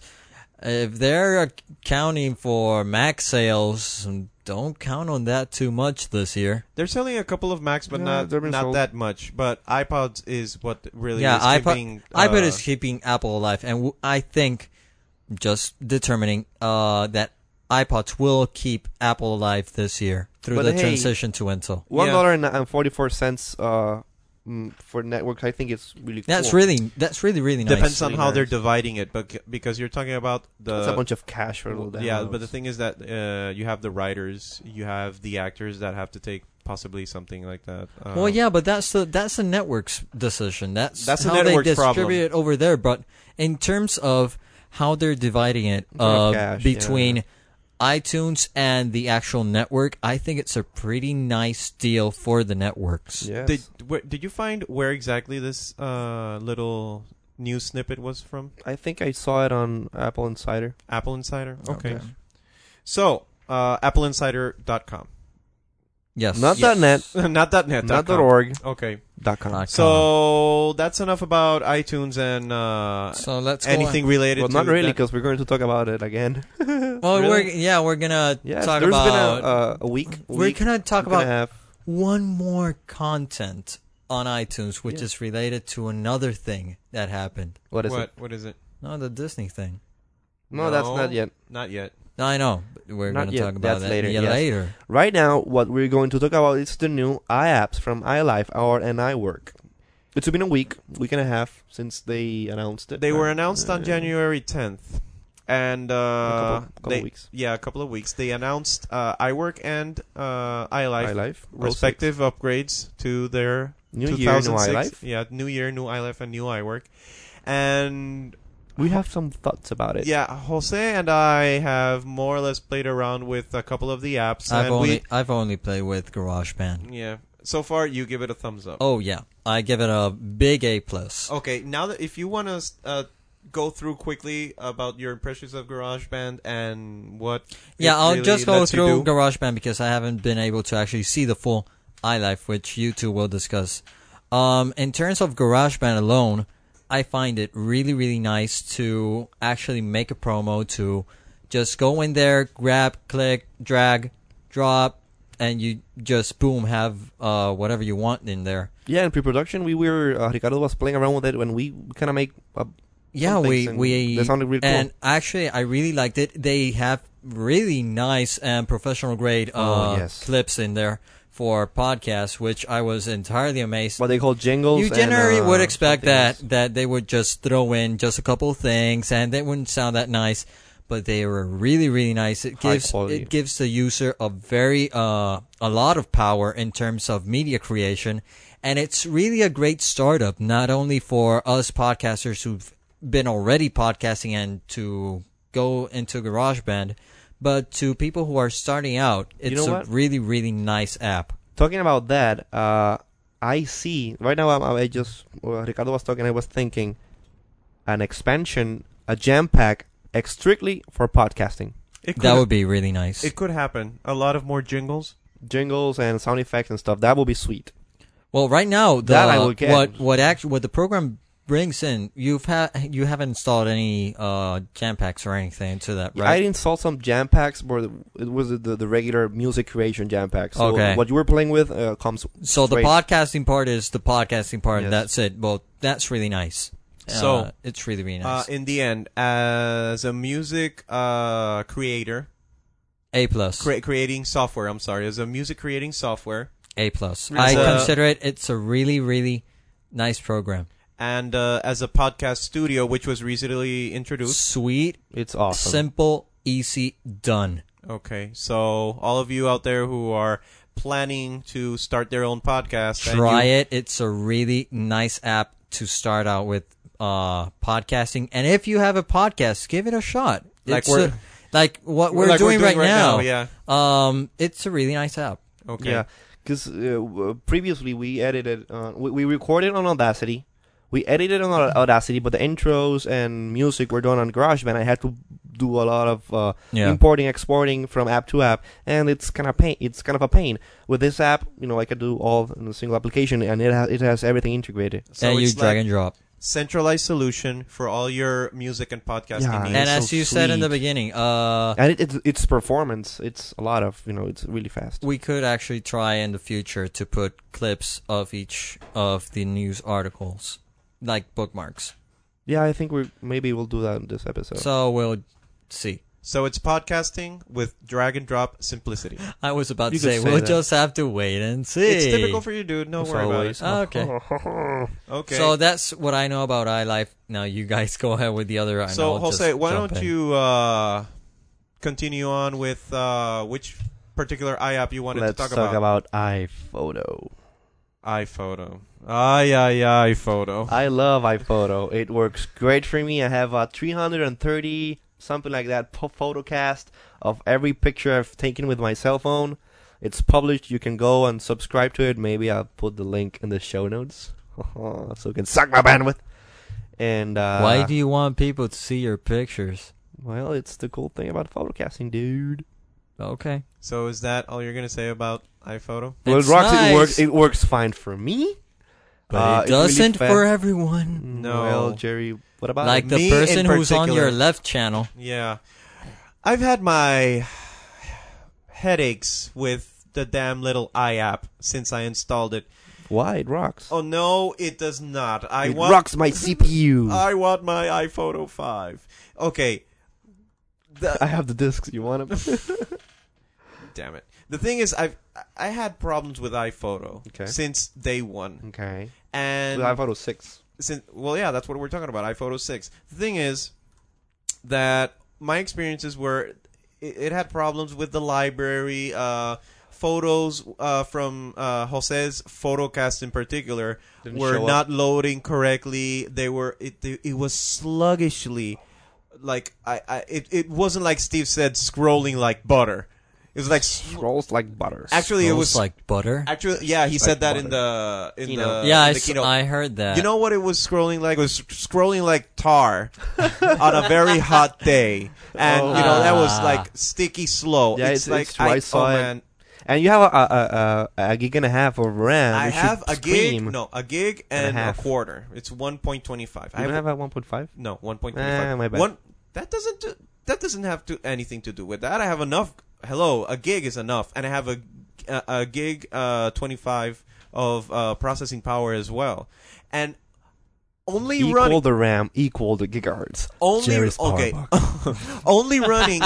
[SPEAKER 4] if they're accounting for Mac sales, don't count on that too much this year.
[SPEAKER 1] They're selling a couple of Macs, but
[SPEAKER 3] Yeah,
[SPEAKER 1] not
[SPEAKER 3] they've been
[SPEAKER 1] not
[SPEAKER 3] sold.
[SPEAKER 1] that much. But iPods is what really
[SPEAKER 4] yeah,
[SPEAKER 1] is
[SPEAKER 4] iPod,
[SPEAKER 1] keeping. uh,
[SPEAKER 4] iPod is keeping Apple alive, and w- I think just determining uh, that iPods will keep Apple alive this year through
[SPEAKER 3] But
[SPEAKER 4] the
[SPEAKER 3] hey-
[SPEAKER 4] transition to Intel.
[SPEAKER 3] One
[SPEAKER 1] Yeah.
[SPEAKER 3] dollar and- and forty four cents uh, mm, for network. I think it's really
[SPEAKER 4] That's
[SPEAKER 3] cool.
[SPEAKER 4] really that's really really nice.
[SPEAKER 1] Depends on
[SPEAKER 3] Really
[SPEAKER 1] how they're
[SPEAKER 3] nice.
[SPEAKER 1] dividing it, but c- because you're talking about the
[SPEAKER 3] That's a bunch of cash for a little
[SPEAKER 1] yeah,
[SPEAKER 3] downloads.
[SPEAKER 1] but the thing is that uh, you have the writers, you have the actors that have to take possibly something like that. Uh,
[SPEAKER 3] Um,
[SPEAKER 4] Well, yeah, but that's the that's the network's decision. That's
[SPEAKER 1] That's the
[SPEAKER 4] how they
[SPEAKER 1] network's
[SPEAKER 4] distribute
[SPEAKER 1] problem.
[SPEAKER 4] it over there. But in terms of how they're dividing it
[SPEAKER 3] Oh,
[SPEAKER 4] uh,
[SPEAKER 3] gosh,
[SPEAKER 4] between iTunes and the actual network, I think it's a pretty nice deal for the networks.
[SPEAKER 3] Yes.
[SPEAKER 1] Did where, did you find where exactly this uh, little news snippet was from?
[SPEAKER 3] I think I saw it on Apple Insider.
[SPEAKER 1] Apple Insider. Okay.
[SPEAKER 3] Okay.
[SPEAKER 1] So uh, appleinsider.com,
[SPEAKER 4] Yes,
[SPEAKER 3] Not
[SPEAKER 4] yes.
[SPEAKER 3] dot net,
[SPEAKER 1] not dot net. dot
[SPEAKER 3] not dot org,
[SPEAKER 1] Okay.
[SPEAKER 3] dot com.
[SPEAKER 4] Dot com.
[SPEAKER 3] uh,
[SPEAKER 1] So that's enough about iTunes and uh,
[SPEAKER 4] so let's
[SPEAKER 1] anything
[SPEAKER 4] Go
[SPEAKER 1] related.
[SPEAKER 3] Well,
[SPEAKER 1] to
[SPEAKER 3] not really,
[SPEAKER 1] that.
[SPEAKER 3] because we're going to talk about it again.
[SPEAKER 4] on. Well, Oh, we're
[SPEAKER 1] Really?
[SPEAKER 4] yeah, we're gonna
[SPEAKER 3] Yes,
[SPEAKER 4] talk
[SPEAKER 3] there's
[SPEAKER 4] about.
[SPEAKER 3] been a, uh, a week.
[SPEAKER 4] we're
[SPEAKER 3] week
[SPEAKER 4] gonna talk
[SPEAKER 3] we're gonna
[SPEAKER 4] about
[SPEAKER 3] have-
[SPEAKER 4] one more content on iTunes, which
[SPEAKER 3] Yeah.
[SPEAKER 4] is related to another thing that happened.
[SPEAKER 3] what is
[SPEAKER 1] what
[SPEAKER 3] it?
[SPEAKER 1] what is it?
[SPEAKER 4] No, the Disney thing.
[SPEAKER 3] No, that's
[SPEAKER 1] No.
[SPEAKER 3] not yet.
[SPEAKER 1] Not yet.
[SPEAKER 4] No, I know. but We're
[SPEAKER 3] Not
[SPEAKER 4] going to
[SPEAKER 3] yet.
[SPEAKER 4] talk about
[SPEAKER 3] That's
[SPEAKER 4] that
[SPEAKER 3] later,
[SPEAKER 4] yeah,
[SPEAKER 3] yes.
[SPEAKER 4] later.
[SPEAKER 3] Right now, what we're going to talk about is the new iApps from iLife, Hour, and iWork. It's been a week, week and a half since they announced it.
[SPEAKER 1] They were
[SPEAKER 3] Uh,
[SPEAKER 1] announced on
[SPEAKER 3] uh,
[SPEAKER 1] January 10th, and uh,
[SPEAKER 3] A couple- couple
[SPEAKER 1] they-
[SPEAKER 3] weeks.
[SPEAKER 1] Yeah, a couple of weeks. They announced uh, iWork and uh, iLife
[SPEAKER 3] iLife,
[SPEAKER 1] respective upgrades to their
[SPEAKER 3] New year, new
[SPEAKER 1] 2006.
[SPEAKER 3] iLife.
[SPEAKER 1] Yeah, new year, new iLife, and new iWork. And
[SPEAKER 3] We have some thoughts about it.
[SPEAKER 1] yeah, Jose and I have more or less played around with a couple of the apps,
[SPEAKER 4] I've
[SPEAKER 1] and
[SPEAKER 4] only I've only played with GarageBand.
[SPEAKER 1] we yeah. So far, you give it a thumbs up.
[SPEAKER 4] Oh yeah, I give it a big A plus.
[SPEAKER 1] Okay, now that if you want to uh, go through quickly about your impressions of GarageBand and what,
[SPEAKER 4] yeah,
[SPEAKER 1] it
[SPEAKER 4] I'll
[SPEAKER 1] really
[SPEAKER 4] just go
[SPEAKER 1] lets you
[SPEAKER 4] through
[SPEAKER 1] do.
[SPEAKER 4] GarageBand because I haven't been able to actually see the full iLife, which you two will discuss. Um, in terms of GarageBand alone, I find it really really nice to actually make a promo to just go in there, grab, click, drag, drop, and you just boom have uh whatever you want in there.
[SPEAKER 3] Yeah, in pre-production, we were uh, Ricardo was playing around with it when we kind of make. A,
[SPEAKER 4] Yeah,
[SPEAKER 3] some
[SPEAKER 4] we
[SPEAKER 3] things and
[SPEAKER 4] we
[SPEAKER 3] they sounded really cool.
[SPEAKER 4] and actually, I really liked it. They have really nice and professional grade uh,
[SPEAKER 3] Oh, yes.
[SPEAKER 4] clips in there for podcasts, which I was entirely amazed.
[SPEAKER 3] what they call jingles.
[SPEAKER 4] you generally
[SPEAKER 3] and, uh,
[SPEAKER 4] would expect
[SPEAKER 3] something
[SPEAKER 4] that
[SPEAKER 3] else.
[SPEAKER 4] that they would just throw in just a couple of things, and they wouldn't sound that nice. But they were really, really nice. It
[SPEAKER 3] High
[SPEAKER 4] gives
[SPEAKER 3] quality.
[SPEAKER 4] it gives the user a very uh, a lot of power in terms of media creation, and it's really a great startup not only for us podcasters who've been already podcasting and to go into GarageBand, but to people who are starting out. It's
[SPEAKER 3] know
[SPEAKER 4] a
[SPEAKER 3] what?
[SPEAKER 4] really, really nice app.
[SPEAKER 3] Talking about that, uh, I see right now. I'm, I just well, Ricardo was talking. I was thinking an expansion, a jam pack, ex- strictly for podcasting,
[SPEAKER 1] It could,
[SPEAKER 4] That would be really nice.
[SPEAKER 1] it could happen. A lot of more jingles.
[SPEAKER 3] jingles and sound effects and stuff. That would be sweet.
[SPEAKER 4] Well, right now, the,
[SPEAKER 3] That I will get.
[SPEAKER 4] what what actually what the program brings in, you've ha- you haven't installed any uh, jam packs or anything to that,
[SPEAKER 3] I
[SPEAKER 4] right?
[SPEAKER 3] installed some jam packs, but it was the, the regular music creation jam packs. So
[SPEAKER 4] Okay.
[SPEAKER 3] What you were playing with uh, comes.
[SPEAKER 4] so the
[SPEAKER 3] straight.
[SPEAKER 4] podcasting part is the podcasting part.
[SPEAKER 3] Yes.
[SPEAKER 4] That's it. Well, that's really nice.
[SPEAKER 1] So,
[SPEAKER 4] Uh, it's really really nice.
[SPEAKER 1] Uh, in the end, as a music uh, creator,
[SPEAKER 4] a plus.
[SPEAKER 1] cre- creating software. I'm sorry, as a music creating software,
[SPEAKER 4] A plus.
[SPEAKER 1] It's
[SPEAKER 4] I
[SPEAKER 1] a-
[SPEAKER 4] consider it. It's a really really nice program.
[SPEAKER 1] and uh, as a podcast studio, which was recently introduced.
[SPEAKER 4] Sweet,
[SPEAKER 3] It's awesome.
[SPEAKER 4] simple, easy, done.
[SPEAKER 1] Okay, so all of you out there who are planning to start their own podcast,
[SPEAKER 4] Try
[SPEAKER 1] and you-
[SPEAKER 4] it. It's a really nice app to start out with uh, podcasting. And if you have a podcast, give it a shot.
[SPEAKER 1] Like
[SPEAKER 4] It's
[SPEAKER 1] we're-
[SPEAKER 4] a- like what we're,
[SPEAKER 1] like
[SPEAKER 4] doing, right, now.
[SPEAKER 1] Yeah.
[SPEAKER 4] Um, it's a really nice app.
[SPEAKER 1] Okay.
[SPEAKER 3] Yeah, because uh, w- previously we edited, uh, we, we recorded on Audacity. We edited on Au- Audacity, but the intros and music were done on GarageBand. I had to do a lot of uh,
[SPEAKER 4] Yeah.
[SPEAKER 3] importing, exporting from app to app, and it's kind of pain. It's kind of a pain. With this app, you know, I could do all in a single application, and it has it has everything integrated.
[SPEAKER 1] So
[SPEAKER 4] and you
[SPEAKER 1] it's
[SPEAKER 4] drag
[SPEAKER 1] like
[SPEAKER 4] and drop.
[SPEAKER 1] centralized solution for all your music and podcasting
[SPEAKER 3] Yeah,
[SPEAKER 1] needs.
[SPEAKER 3] it's
[SPEAKER 4] And as
[SPEAKER 3] so
[SPEAKER 4] you said in the
[SPEAKER 3] sweet.
[SPEAKER 4] beginning, uh,
[SPEAKER 3] And it, it's it's performance. It's a lot of you know. It's really fast.
[SPEAKER 4] we could actually try in the future to put clips of each of the news articles, like bookmarks.
[SPEAKER 3] Yeah, I think we maybe we'll do that in this episode.
[SPEAKER 4] So we'll see.
[SPEAKER 1] So it's podcasting with drag and drop simplicity.
[SPEAKER 4] I was about
[SPEAKER 3] You
[SPEAKER 4] to
[SPEAKER 3] could
[SPEAKER 4] say,
[SPEAKER 3] say
[SPEAKER 4] we'll
[SPEAKER 3] that.
[SPEAKER 4] just have to wait and see.
[SPEAKER 1] It's typical for you, dude. Don't
[SPEAKER 3] It's
[SPEAKER 1] worry
[SPEAKER 3] always.
[SPEAKER 1] about Ah,
[SPEAKER 4] Oh, okay.
[SPEAKER 1] it. Okay.
[SPEAKER 4] So that's what I know about iLife. Now you guys go ahead with the other. and
[SPEAKER 1] So
[SPEAKER 4] I'll
[SPEAKER 1] Jose,
[SPEAKER 4] just
[SPEAKER 1] why
[SPEAKER 4] jump
[SPEAKER 1] don't
[SPEAKER 4] in.
[SPEAKER 1] you uh, continue on with uh, which particular iApp you wanted
[SPEAKER 3] Let's
[SPEAKER 1] to talk,
[SPEAKER 3] talk
[SPEAKER 1] about?
[SPEAKER 3] about iPhoto.
[SPEAKER 1] iPhoto. Ay ay iPhoto.
[SPEAKER 3] I love iPhoto. It works great for me. I have a 330 something like that po- photocast of every picture I've taken with my cell phone. It's published. You can go and subscribe to it. Maybe I'll put the link in the show notes, so you can suck my bandwidth. And uh,
[SPEAKER 4] Why do you want people to see your pictures?
[SPEAKER 3] Well, it's the cool thing about photocasting, dude.
[SPEAKER 4] Okay.
[SPEAKER 1] So is that all you're gonna say about iPhoto?
[SPEAKER 3] Well,
[SPEAKER 4] It's
[SPEAKER 3] it rocks.
[SPEAKER 4] nice,
[SPEAKER 3] It works. It works fine for me.
[SPEAKER 4] but
[SPEAKER 3] Uh,
[SPEAKER 4] it
[SPEAKER 3] it's really
[SPEAKER 4] doesn't
[SPEAKER 3] fast.
[SPEAKER 4] for everyone.
[SPEAKER 1] No.
[SPEAKER 3] Well, Jerry, what about
[SPEAKER 4] Like the
[SPEAKER 1] Mm. me
[SPEAKER 4] person
[SPEAKER 1] in
[SPEAKER 4] who's on your
[SPEAKER 1] particular.
[SPEAKER 4] left channel.
[SPEAKER 1] Yeah. I've had my headaches with the damn little iApp since I installed it.
[SPEAKER 3] why it rocks?
[SPEAKER 1] Oh no, it does not. I
[SPEAKER 3] it
[SPEAKER 1] want
[SPEAKER 3] rocks my CPU.
[SPEAKER 1] I want my iPhoto 5. Okay. The,
[SPEAKER 3] I have the discs. You want them?
[SPEAKER 1] damn it. The thing is I've I had problems with iPhoto
[SPEAKER 3] Okay. Mm.
[SPEAKER 1] since day 1.
[SPEAKER 3] okay.
[SPEAKER 1] And
[SPEAKER 3] With iPhoto six.
[SPEAKER 1] since well yeah that's what we're talking about iphoto 6 the thing is that my experiences were it, it had problems with the library uh photos uh from uh jose's photocast in particular
[SPEAKER 3] Didn't
[SPEAKER 1] were
[SPEAKER 3] show up.
[SPEAKER 1] not loading correctly they were it it was sluggishly like i, I it, it wasn't like steve said scrolling like butter it was like s-
[SPEAKER 3] Rolls like butter.
[SPEAKER 1] actually it
[SPEAKER 4] Rolls
[SPEAKER 1] was
[SPEAKER 4] like butter.
[SPEAKER 1] actually yeah he said
[SPEAKER 3] like
[SPEAKER 1] that in the in
[SPEAKER 3] Keynote.
[SPEAKER 1] the
[SPEAKER 4] yeah,
[SPEAKER 1] in
[SPEAKER 4] I,
[SPEAKER 1] the
[SPEAKER 4] s-
[SPEAKER 1] keynote.
[SPEAKER 4] I heard that.
[SPEAKER 1] You know what it was scrolling like? It was scrolling like tar on a very hot day, and you know that was like sticky slow.
[SPEAKER 3] Oh. Ah. Yeah,
[SPEAKER 1] it's,
[SPEAKER 3] it's-
[SPEAKER 1] like
[SPEAKER 3] it's
[SPEAKER 1] I,
[SPEAKER 3] dry
[SPEAKER 1] oh
[SPEAKER 3] saw it.
[SPEAKER 1] man,
[SPEAKER 3] And you have a, a, a, a gig and a half of RAM.
[SPEAKER 1] I
[SPEAKER 3] You Uh, should
[SPEAKER 1] have a gig,
[SPEAKER 3] scream.
[SPEAKER 1] no, a gig
[SPEAKER 3] And a
[SPEAKER 1] and, a,
[SPEAKER 3] half.
[SPEAKER 1] quarter. It's one point twenty five. I
[SPEAKER 3] You
[SPEAKER 1] have,
[SPEAKER 3] don't have a one point five.
[SPEAKER 1] no one point twenty
[SPEAKER 3] Eh,
[SPEAKER 1] five.
[SPEAKER 3] my bad.
[SPEAKER 1] One that doesn't do, that doesn't have to anything to do with that. I have enough. Hello, a gig is enough, and I have a a, a gig uh, twenty five of uh, processing power as well, and only
[SPEAKER 3] Equal
[SPEAKER 1] running
[SPEAKER 3] the RAM. Equal the gigahertz.
[SPEAKER 1] only
[SPEAKER 3] Jerry's power
[SPEAKER 1] okay only running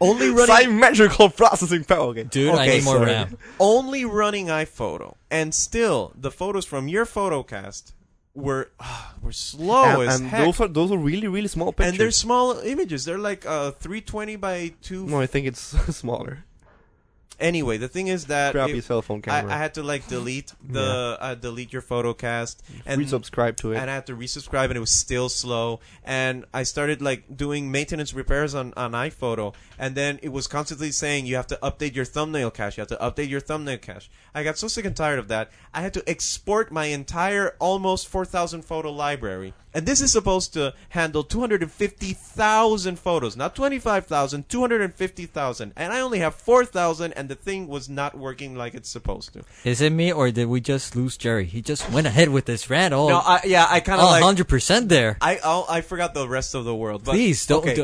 [SPEAKER 1] only running
[SPEAKER 3] Symmetrical processing power. Okay.
[SPEAKER 4] Dude, I
[SPEAKER 1] Okay,
[SPEAKER 4] need more
[SPEAKER 1] sorry.
[SPEAKER 4] RAM.
[SPEAKER 1] only running iPhoto and still the photos from your photocast were ah, were slow
[SPEAKER 3] and,
[SPEAKER 1] as
[SPEAKER 3] and
[SPEAKER 1] heck
[SPEAKER 3] those are those are really really small pictures.
[SPEAKER 1] and they're small images they're like uh 320 by 2
[SPEAKER 3] no, I think it's smaller.
[SPEAKER 1] anyway the thing is that
[SPEAKER 3] Grab
[SPEAKER 1] it-
[SPEAKER 3] your cell phone
[SPEAKER 1] I,
[SPEAKER 3] camera.
[SPEAKER 1] I had to like delete the uh, delete your photocast and
[SPEAKER 3] Resubscribe to it.
[SPEAKER 1] and I had to resubscribe, and it was still slow. And I started like doing maintenance repairs on on iPhoto, and then it was constantly saying you have to update your thumbnail cache, you have to update your thumbnail cache. I got so sick and tired of that. I had to export my entire almost four thousand photo library, and this is supposed to handle two hundred and fifty thousand photos, not 25,000, 250,000. and I only have four thousand, and the thing was not working like it's supposed to.
[SPEAKER 4] Is it me or did we just lose Jerry? He just went ahead with this rant. Oh,
[SPEAKER 1] No, I, yeah, I kind of like.
[SPEAKER 4] 100% there.
[SPEAKER 1] I I'll, I forgot the rest of the world. But,
[SPEAKER 4] Please don't,
[SPEAKER 1] okay,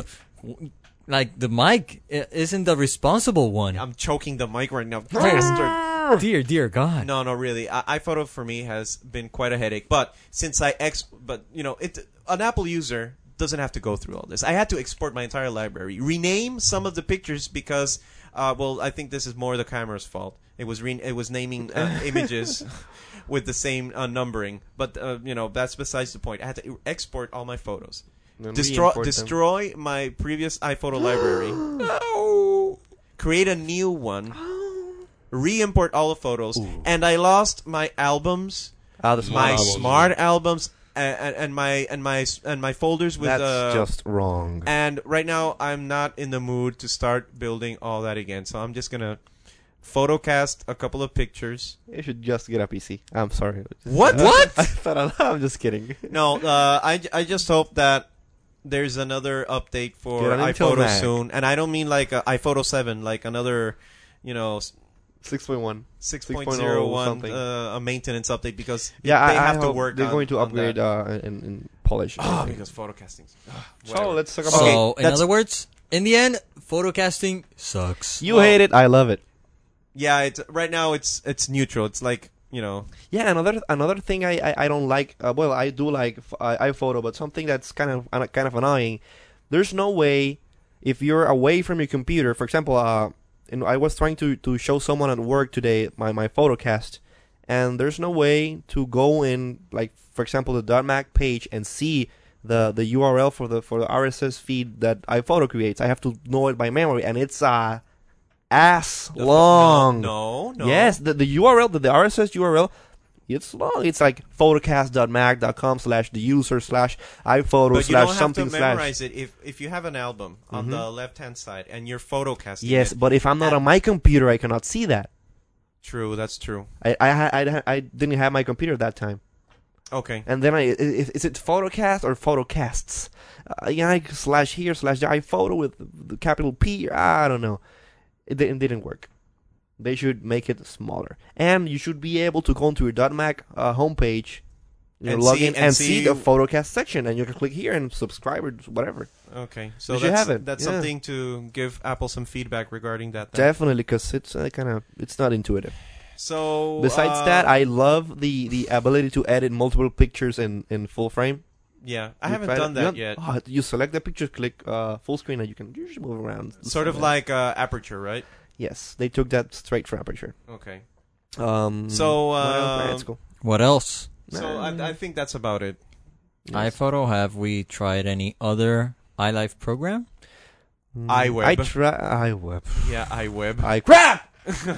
[SPEAKER 4] don't- Like the mic i- isn't the responsible one.
[SPEAKER 1] I'm choking the mic right now.
[SPEAKER 4] dear, dear God.
[SPEAKER 1] No, no, really. I, iPhoto for me has been quite a headache. But since I ex, but you know, it an Apple user doesn't have to go through all this. I had to export my entire library, rename some of the pictures because, uh, well, I think this is more the camera's fault. It was re- it was naming uh, images with the same uh, numbering. But uh, you know, that's besides the point. I had to export all my photos.
[SPEAKER 3] And
[SPEAKER 1] Destroy,
[SPEAKER 3] re-import them.
[SPEAKER 1] destroy my previous iPhoto library. Create a new one. Re-import all the photos, and I lost my albums,
[SPEAKER 3] Ah, the small
[SPEAKER 1] my
[SPEAKER 3] albums.
[SPEAKER 1] smart albums, and, and my and my and my folders with.
[SPEAKER 3] That's
[SPEAKER 1] uh,
[SPEAKER 3] just wrong.
[SPEAKER 1] And right now, I'm not in the mood to start building all that again. So I'm just gonna photocast a couple of pictures.
[SPEAKER 3] You should just get a PC. I'm sorry.
[SPEAKER 1] What?
[SPEAKER 4] What?
[SPEAKER 3] I thought I, am just kidding.
[SPEAKER 1] No, uh, I, I just hope that there's another update for
[SPEAKER 3] Get an Intel
[SPEAKER 1] iPhoto
[SPEAKER 3] Mac.
[SPEAKER 1] soon, and I don't mean like uh, iPhoto seven, like another, you know,
[SPEAKER 3] Six point one. 6.0
[SPEAKER 1] 6.01
[SPEAKER 3] something.
[SPEAKER 1] uh, a maintenance update because
[SPEAKER 3] Yeah,
[SPEAKER 1] they
[SPEAKER 3] I, I
[SPEAKER 1] have to
[SPEAKER 3] hope
[SPEAKER 1] work.
[SPEAKER 3] They're
[SPEAKER 1] on-
[SPEAKER 3] going to
[SPEAKER 1] on
[SPEAKER 3] upgrade
[SPEAKER 1] that.
[SPEAKER 3] uh, and, and polish.
[SPEAKER 1] Ah,
[SPEAKER 3] everything.
[SPEAKER 1] because photocasting. Ah,
[SPEAKER 3] so
[SPEAKER 1] whatever.
[SPEAKER 3] let's talk about.
[SPEAKER 4] So,
[SPEAKER 1] Okay,
[SPEAKER 4] in
[SPEAKER 1] that's-
[SPEAKER 4] other words, in the end, photocasting sucks.
[SPEAKER 3] you hate it. I love it.
[SPEAKER 1] yeah, it's right now it's it's neutral. It's like you know,
[SPEAKER 3] Yeah, another another thing I, I, I don't like. Uh, well, I do like f- uh, iPhoto, but something that's kind of uh, kind of annoying. There's no way if you're away from your computer, for example, uh, and I was trying to, to show someone at work today my, my photocast, and there's no way to go in, like, for example, the .mac page and see the, the URL for the for the RSS feed that iPhoto creates. I have to know it by memory, and it's uh, ass
[SPEAKER 1] The-
[SPEAKER 3] long.
[SPEAKER 1] No, no.
[SPEAKER 3] Yes, the, the URL, the, the RSS URL, it's long. It's like photocast.mac.com slash the user slash iPhoto
[SPEAKER 1] But you
[SPEAKER 3] slash
[SPEAKER 1] don't have
[SPEAKER 3] something
[SPEAKER 1] to memorize
[SPEAKER 3] slash. Mm-hmm.
[SPEAKER 1] it if if you have an album on the left hand side and you're photocasting.
[SPEAKER 3] Yes,
[SPEAKER 1] it.
[SPEAKER 3] but if I'm not on my computer, I cannot see that.
[SPEAKER 1] true. That's true.
[SPEAKER 3] I I ha- I, ha- I didn't have my computer at that time,
[SPEAKER 1] Okay.
[SPEAKER 3] and then I i- i- is it photocast or photocasts? Uh, yeah, I slash here slash there. I photo with the capital P. I don't know. It didn't, didn't work. They should make it smaller, and you should be able to go into your .mac uh, homepage, you know,
[SPEAKER 1] And
[SPEAKER 3] log
[SPEAKER 1] see-
[SPEAKER 3] in
[SPEAKER 1] and
[SPEAKER 3] and see
[SPEAKER 1] see-
[SPEAKER 3] the photocast section, and you can click here and subscribe or whatever.
[SPEAKER 1] Okay. So
[SPEAKER 3] You should
[SPEAKER 1] that's
[SPEAKER 3] have it,
[SPEAKER 1] that's
[SPEAKER 3] yeah.
[SPEAKER 1] something to give Apple some feedback regarding that. Then.
[SPEAKER 3] Definitely, because it's uh, kind of it's not intuitive.
[SPEAKER 1] So
[SPEAKER 3] Besides
[SPEAKER 1] uh,
[SPEAKER 3] that, I love the the ability to edit multiple pictures in in full frame.
[SPEAKER 1] yeah, I
[SPEAKER 3] You
[SPEAKER 1] haven't
[SPEAKER 3] try to-
[SPEAKER 1] done
[SPEAKER 3] you
[SPEAKER 1] that
[SPEAKER 3] don't-
[SPEAKER 1] yet.
[SPEAKER 3] Oh, you select the picture, click uh, full screen, and you can you just move around.
[SPEAKER 1] Sort of like uh, aperture, right?
[SPEAKER 3] yes, they took that straight from aperture.
[SPEAKER 1] Okay.
[SPEAKER 3] Um,
[SPEAKER 1] So,
[SPEAKER 3] what else?
[SPEAKER 1] um,
[SPEAKER 3] Let's go.
[SPEAKER 4] What else?
[SPEAKER 1] So I, I think that's about it.
[SPEAKER 3] Yes.
[SPEAKER 4] iPhoto. Have we tried any other iLife program?
[SPEAKER 3] Mm,
[SPEAKER 1] iWeb.
[SPEAKER 3] I try iWeb.
[SPEAKER 1] Yeah, iWeb.
[SPEAKER 3] I crap.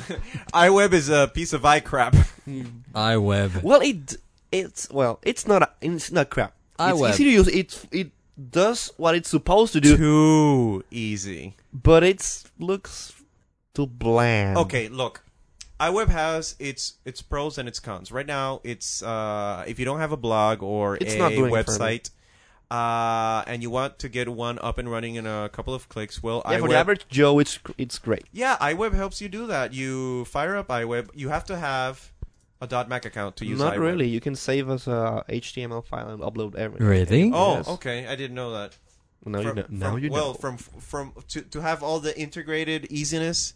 [SPEAKER 1] iWeb is a piece of i crap.
[SPEAKER 4] iWeb.
[SPEAKER 3] Well, it it's well, it's not a, it's not crap.
[SPEAKER 4] iWeb.
[SPEAKER 3] It's easy to use. It it does what it's supposed to do,
[SPEAKER 1] Too easy.
[SPEAKER 3] but it's looks too bland.
[SPEAKER 1] Okay, look. iWeb has its its pros and its cons. Right now, it's uh, if you don't have a blog or
[SPEAKER 3] It's
[SPEAKER 1] a
[SPEAKER 3] not doing it for me.
[SPEAKER 1] website, uh, and you want to get one up and running in a couple of clicks, well,
[SPEAKER 3] Yeah, for the
[SPEAKER 1] iWeb
[SPEAKER 3] average Joe, it's it's great.
[SPEAKER 1] Yeah, iWeb helps you do that. You fire up iWeb. You have to have a .Mac account to use.
[SPEAKER 3] Not
[SPEAKER 1] iWeb.
[SPEAKER 3] really. You can save as a HTML file and upload everything.
[SPEAKER 4] Really?
[SPEAKER 1] Oh,
[SPEAKER 3] Yes.
[SPEAKER 1] okay. I didn't know that.
[SPEAKER 3] Now you
[SPEAKER 1] From-
[SPEAKER 3] know. Now
[SPEAKER 1] from-
[SPEAKER 3] you
[SPEAKER 1] well,
[SPEAKER 3] know.
[SPEAKER 1] from from to to have all the integrated easiness.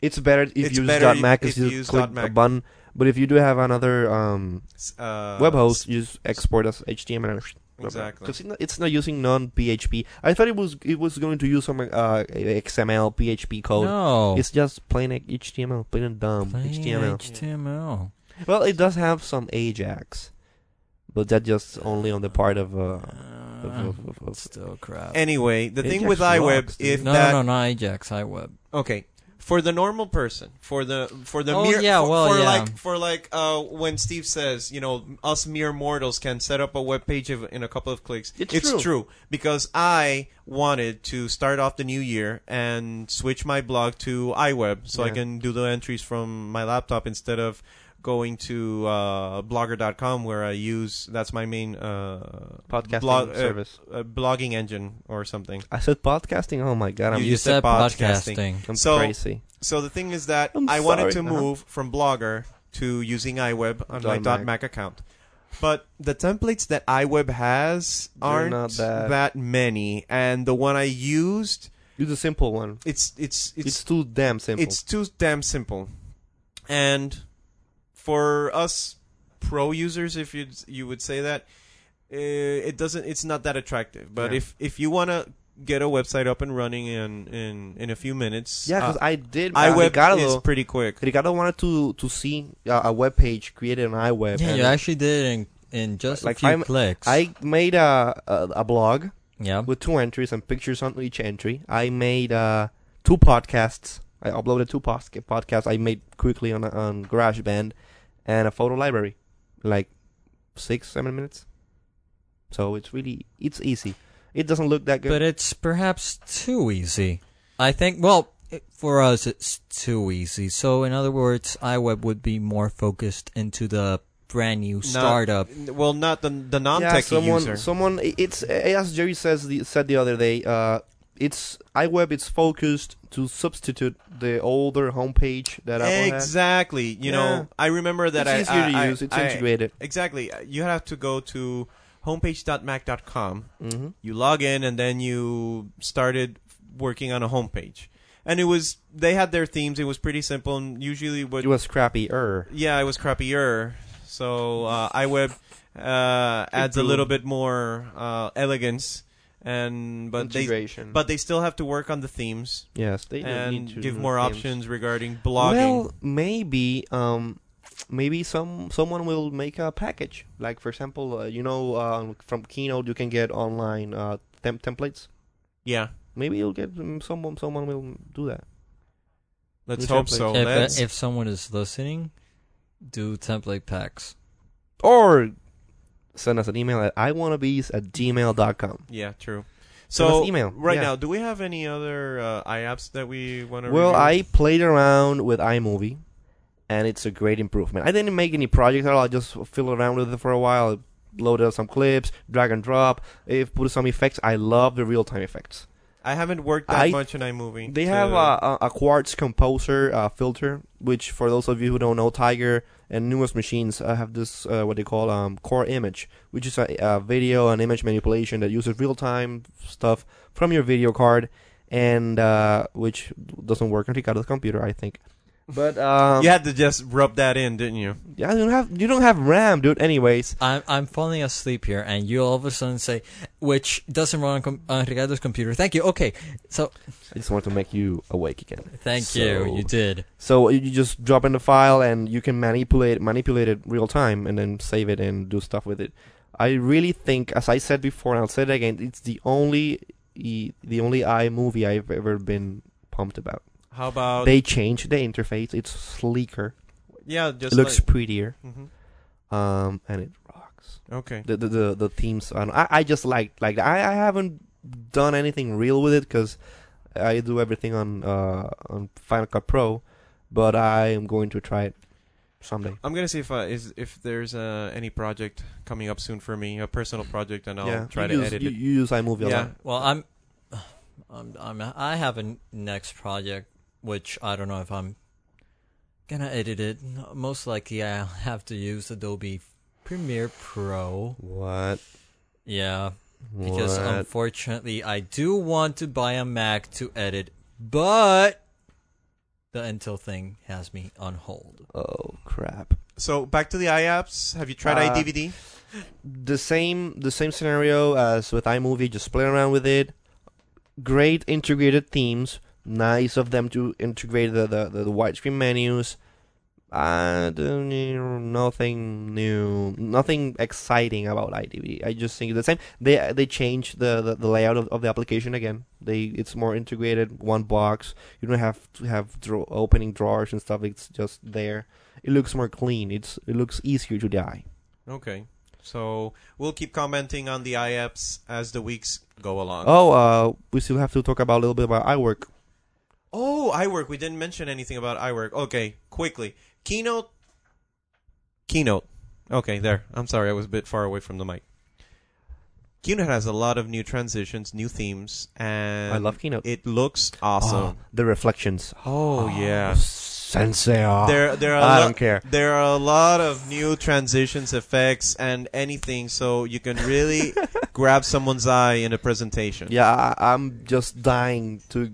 [SPEAKER 3] It's better if
[SPEAKER 1] It's
[SPEAKER 3] you use
[SPEAKER 1] better
[SPEAKER 3] .mac,
[SPEAKER 1] if
[SPEAKER 3] is
[SPEAKER 1] you
[SPEAKER 3] you
[SPEAKER 1] use
[SPEAKER 3] click
[SPEAKER 1] .mac.
[SPEAKER 3] a button. But if you do have another um,
[SPEAKER 1] s- Uh,
[SPEAKER 3] web host, you just export as HTML.
[SPEAKER 1] Exactly.
[SPEAKER 3] Because it's not using non-PHP. I thought it was it was going to use some uh, XML, PHP code.
[SPEAKER 4] No.
[SPEAKER 3] It's just plain HTML, plain and dumb
[SPEAKER 4] Plain
[SPEAKER 3] HTML.
[SPEAKER 4] HTML.
[SPEAKER 3] well, it does have some Ajax, but that just only on the part of. Uh, of,
[SPEAKER 4] Uh,
[SPEAKER 3] of, of, of-
[SPEAKER 4] still crap.
[SPEAKER 1] Anyway, the thing
[SPEAKER 3] Ajax
[SPEAKER 1] with iWeb,
[SPEAKER 3] rocks, dude.
[SPEAKER 1] if
[SPEAKER 4] no,
[SPEAKER 1] that
[SPEAKER 4] no, no, not Ajax. iWeb.
[SPEAKER 1] okay for the normal person, for the for the
[SPEAKER 4] Oh,
[SPEAKER 1] mere
[SPEAKER 4] yeah,
[SPEAKER 1] for,
[SPEAKER 4] well,
[SPEAKER 1] for
[SPEAKER 4] yeah.
[SPEAKER 1] like for like uh, when Steve says, you know, us mere mortals can set up a web page of- in a couple of clicks.
[SPEAKER 3] It's
[SPEAKER 1] true.
[SPEAKER 3] true.
[SPEAKER 1] because I wanted to start off the new year and switch my blog to iWeb so I
[SPEAKER 3] Yeah.
[SPEAKER 1] can do the entries from my laptop instead of going to uh, blogger.com where I use that's my main uh, uh,
[SPEAKER 3] Podcasting service.
[SPEAKER 1] uh, blogging engine or something.
[SPEAKER 3] I said podcasting. Oh my god, I'm,
[SPEAKER 1] You
[SPEAKER 4] You,
[SPEAKER 1] just said
[SPEAKER 4] said podcasting.
[SPEAKER 3] I'm
[SPEAKER 1] so-
[SPEAKER 3] crazy.
[SPEAKER 1] So the thing is that
[SPEAKER 3] I'm
[SPEAKER 1] I wanted to
[SPEAKER 3] sorry. Uh-huh.
[SPEAKER 1] move from Blogger to using iWeb on my
[SPEAKER 3] Dot
[SPEAKER 1] .Mac account. But the templates that iWeb has
[SPEAKER 3] They're
[SPEAKER 1] aren't
[SPEAKER 3] not that-
[SPEAKER 1] many, and the one I used,
[SPEAKER 3] Use a simple one.
[SPEAKER 1] it's it's it's
[SPEAKER 3] It's, too damn simple.
[SPEAKER 1] it's too damn simple. And for us pro users, if you you would say that, uh, it doesn't. It's not that attractive. But
[SPEAKER 3] Yeah.
[SPEAKER 1] if if you want to get a website up and running in in in a few minutes,
[SPEAKER 3] yeah, because
[SPEAKER 1] uh,
[SPEAKER 3] I did. uh,
[SPEAKER 1] iWeb
[SPEAKER 3] Ricardo,
[SPEAKER 1] is pretty quick.
[SPEAKER 3] Ricardo wanted to to see uh, a web page created on iWeb.
[SPEAKER 4] Yeah,
[SPEAKER 3] and
[SPEAKER 4] you actually did it in, in just
[SPEAKER 3] Like,
[SPEAKER 4] a few
[SPEAKER 3] I'm-
[SPEAKER 4] clicks.
[SPEAKER 3] I made a, a a blog
[SPEAKER 4] yeah.
[SPEAKER 3] with two entries and pictures on each entry. I made uh, two podcasts. I uploaded two pos- podcasts I made quickly on on GarageBand and a photo library, like six seven minutes. So it's really it's easy. It doesn't look that good.
[SPEAKER 4] But it's perhaps too easy. I think, well, it, for us, it's too easy. So, in other words, iWeb would be more focused into the brand new
[SPEAKER 1] Not-
[SPEAKER 4] startup.
[SPEAKER 1] well, not the the non-techie
[SPEAKER 3] someone,
[SPEAKER 1] user.
[SPEAKER 3] Someone, i- it's as Jerry says the, said the other day. Uh, it's iWeb. It's focused to substitute the older homepage that Apple has.
[SPEAKER 1] exactly. You know,
[SPEAKER 3] Yeah.
[SPEAKER 1] I remember that.
[SPEAKER 3] it's
[SPEAKER 1] I,
[SPEAKER 3] easier
[SPEAKER 1] I-
[SPEAKER 3] to
[SPEAKER 1] I-
[SPEAKER 3] use. It's
[SPEAKER 1] I-
[SPEAKER 3] integrated.
[SPEAKER 1] Exactly. You have to go to homepage.mac.com.
[SPEAKER 3] Mm-hmm.
[SPEAKER 1] You log in, and then you started working on a homepage. And it was they had their themes. It was pretty simple, and usually what
[SPEAKER 3] It was crappier.
[SPEAKER 1] yeah, it was crappier. So uh, iWeb uh, adds a
[SPEAKER 3] grew.
[SPEAKER 1] little bit more uh, elegance and but they
[SPEAKER 3] Integration.
[SPEAKER 1] but they still have to work on the themes
[SPEAKER 3] yes, they don't need
[SPEAKER 1] and
[SPEAKER 3] to
[SPEAKER 1] give
[SPEAKER 3] do
[SPEAKER 1] more
[SPEAKER 3] themes.
[SPEAKER 1] options regarding blogging.
[SPEAKER 3] Well, maybe um, maybe some someone will make a package. Like for example, uh, you know, uh, from Keynote you can get online uh, temp- templates.
[SPEAKER 1] yeah,
[SPEAKER 3] Maybe you'll get um, someone. Someone will do that.
[SPEAKER 1] let's
[SPEAKER 3] Which
[SPEAKER 1] hope
[SPEAKER 3] template?
[SPEAKER 1] so.
[SPEAKER 3] Well,
[SPEAKER 4] if, uh,
[SPEAKER 1] Let's-
[SPEAKER 4] if someone is listening, do template packs.
[SPEAKER 3] Or send us an email at iwannabes at gmail.com.
[SPEAKER 1] yeah, true.
[SPEAKER 3] Send us
[SPEAKER 1] So
[SPEAKER 3] email.
[SPEAKER 1] right
[SPEAKER 3] Yeah.
[SPEAKER 1] now, do we have any other uh, iApps that we want to?
[SPEAKER 3] Well, I played around with iMovie, and it's a great improvement. I didn't make any projects at all. I just fiddled around with it for a while, loaded up some clips, drag and drop, if put some effects. I love the real time effects.
[SPEAKER 1] I haven't worked that
[SPEAKER 3] I-
[SPEAKER 1] much in iMovie.
[SPEAKER 3] They
[SPEAKER 1] to-
[SPEAKER 3] have uh, a, a, a Quartz Composer uh, filter, which for those of you who don't know, Tiger and numerous machines uh, have this uh, what they call um, core image, which is a, a video and image manipulation that uses real time stuff from your video card, and uh, which doesn't work on Ricardo's computer, I think. But um,
[SPEAKER 1] you had to just rub that in, didn't you?
[SPEAKER 3] yeah, you don't have you don't have RAM, dude. Anyways,
[SPEAKER 4] I'm I'm falling asleep here, and you all of a sudden say, which doesn't run on, com- on Ricardo's computer. Thank you. Okay, so
[SPEAKER 3] I just wanted to make you awake again.
[SPEAKER 4] thank
[SPEAKER 3] So-
[SPEAKER 4] you. You did.
[SPEAKER 3] So you just drop in the file and you can manipulate manipulate it real time and then save it and do stuff with it. I really think, as I said before, and I'll say it again, it's the only e- the only iMovie I've ever been pumped about.
[SPEAKER 1] How about
[SPEAKER 3] They changed the interface; it's sleeker,
[SPEAKER 1] yeah? Just
[SPEAKER 3] it looks
[SPEAKER 1] like-
[SPEAKER 3] prettier,
[SPEAKER 1] Mhm.
[SPEAKER 3] um, and it rocks.
[SPEAKER 1] okay.
[SPEAKER 3] The the the, the themes, and I I just like like I I haven't done anything real with it because I do everything on uh on Final Cut Pro, but I am going to try it someday.
[SPEAKER 1] I'm gonna see if uh, is if there's uh, any project coming up soon for me, a personal project, and I'll
[SPEAKER 3] yeah,
[SPEAKER 1] try
[SPEAKER 3] you
[SPEAKER 1] to
[SPEAKER 3] use,
[SPEAKER 1] edit
[SPEAKER 3] you,
[SPEAKER 1] it.
[SPEAKER 3] you use iMovie a
[SPEAKER 1] Yeah,
[SPEAKER 3] lot.
[SPEAKER 4] Well, I'm, I'm, I'm, I have a n- next project, which I don't know if I'm gonna edit it. Most likely, I'll have to use Adobe Premiere Pro.
[SPEAKER 3] What?
[SPEAKER 4] Yeah, because
[SPEAKER 1] um,
[SPEAKER 3] What?
[SPEAKER 4] unfortunately, I do want to buy a Mac to edit, but the Intel thing has me on hold.
[SPEAKER 3] oh crap!
[SPEAKER 1] So back to the iApps. Have you tried
[SPEAKER 3] Uh,
[SPEAKER 1] iDVD?
[SPEAKER 3] The same the same scenario as with iMovie. Just play around with it. Great integrated themes. Nice of them to integrate the the, the, the widescreen menus. I don't know, nothing new, nothing exciting about IDV. I just think it's the same. They they changed the, the, the layout of, of the application again. They it's more integrated, one box. You don't have to have draw, opening drawers and stuff. It's just there. It looks more clean. It's it looks easier to the eye.
[SPEAKER 1] Okay. So we'll keep commenting on the iApps as the weeks go along.
[SPEAKER 3] Oh, uh, we still have to talk about a little bit about iWork.
[SPEAKER 1] Oh, iWork. We didn't mention anything about iWork. Okay, quickly. Keynote. Keynote. Okay, there. I'm sorry, I was a bit far away from the mic. Keynote has a lot of new transitions, new themes, and
[SPEAKER 3] I love Keynote.
[SPEAKER 1] It looks
[SPEAKER 3] Oh,
[SPEAKER 1] awesome.
[SPEAKER 3] the reflections. Ah,
[SPEAKER 1] Oh, yeah.
[SPEAKER 3] Sensei. Ah,
[SPEAKER 1] There, there are.
[SPEAKER 3] I
[SPEAKER 1] a lo-
[SPEAKER 3] don't care.
[SPEAKER 1] There are a lot of new transitions, effects, and anything, so you can really grab someone's eye in a presentation.
[SPEAKER 3] Yeah, I, I'm just dying to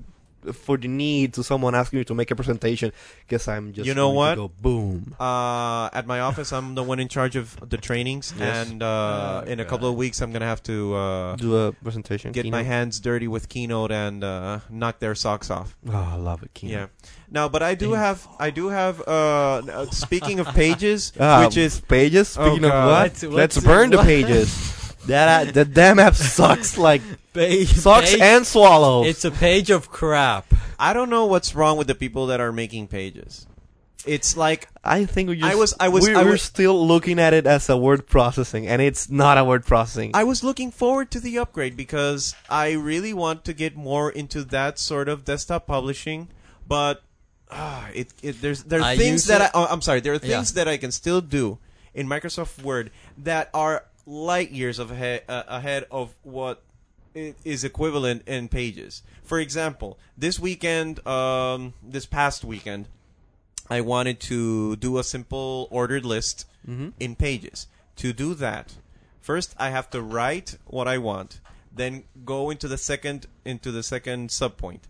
[SPEAKER 3] for the need to someone asking me to make a presentation because I'm just
[SPEAKER 1] You know
[SPEAKER 3] going to
[SPEAKER 1] what?
[SPEAKER 3] go boom.
[SPEAKER 1] uh, at my office. I'm the one in charge of the trainings,
[SPEAKER 3] Yes.
[SPEAKER 1] and uh, in a couple of weeks, I'm gonna have to uh,
[SPEAKER 3] Do a presentation.
[SPEAKER 1] get my
[SPEAKER 3] keynote.
[SPEAKER 1] hands dirty with Keynote and uh, knock their socks off.
[SPEAKER 3] Oh, I love it. Keynote.
[SPEAKER 1] Yeah. Now, but I do have, I do have. Uh, n- uh, speaking of pages,
[SPEAKER 3] Ah,
[SPEAKER 1] which is
[SPEAKER 3] pages.
[SPEAKER 1] Oh,
[SPEAKER 3] Speaking of
[SPEAKER 1] God.
[SPEAKER 3] what,
[SPEAKER 4] Let's-
[SPEAKER 3] let's,
[SPEAKER 4] let's-
[SPEAKER 3] burn the
[SPEAKER 4] what?
[SPEAKER 3] pages. that uh, the damn app sucks like sucks
[SPEAKER 4] Socks
[SPEAKER 3] and swallows.
[SPEAKER 4] it's a page of crap.
[SPEAKER 1] I don't know what's wrong with the people that are making pages. It's like
[SPEAKER 3] I think we just,
[SPEAKER 1] I was- I was-
[SPEAKER 3] we're,
[SPEAKER 1] I
[SPEAKER 3] we're
[SPEAKER 1] was-
[SPEAKER 3] still looking at it as a word processing, and it's not a word processing.
[SPEAKER 1] I was looking forward to the upgrade because I really want to get more into that sort of desktop publishing, but ah, it, it there's there are
[SPEAKER 4] I
[SPEAKER 1] things
[SPEAKER 4] use
[SPEAKER 1] that
[SPEAKER 4] it-
[SPEAKER 1] I oh, I'm sorry there are things that I can still do in Microsoft Word that are light years of ahead, uh, ahead of what i- is equivalent in Pages. For example, this weekend, um, this past weekend, I wanted to do a simple ordered list
[SPEAKER 3] Mm-hmm.
[SPEAKER 1] in pages. To do that, first I have to write what I want, then go into the second into the second subpoint,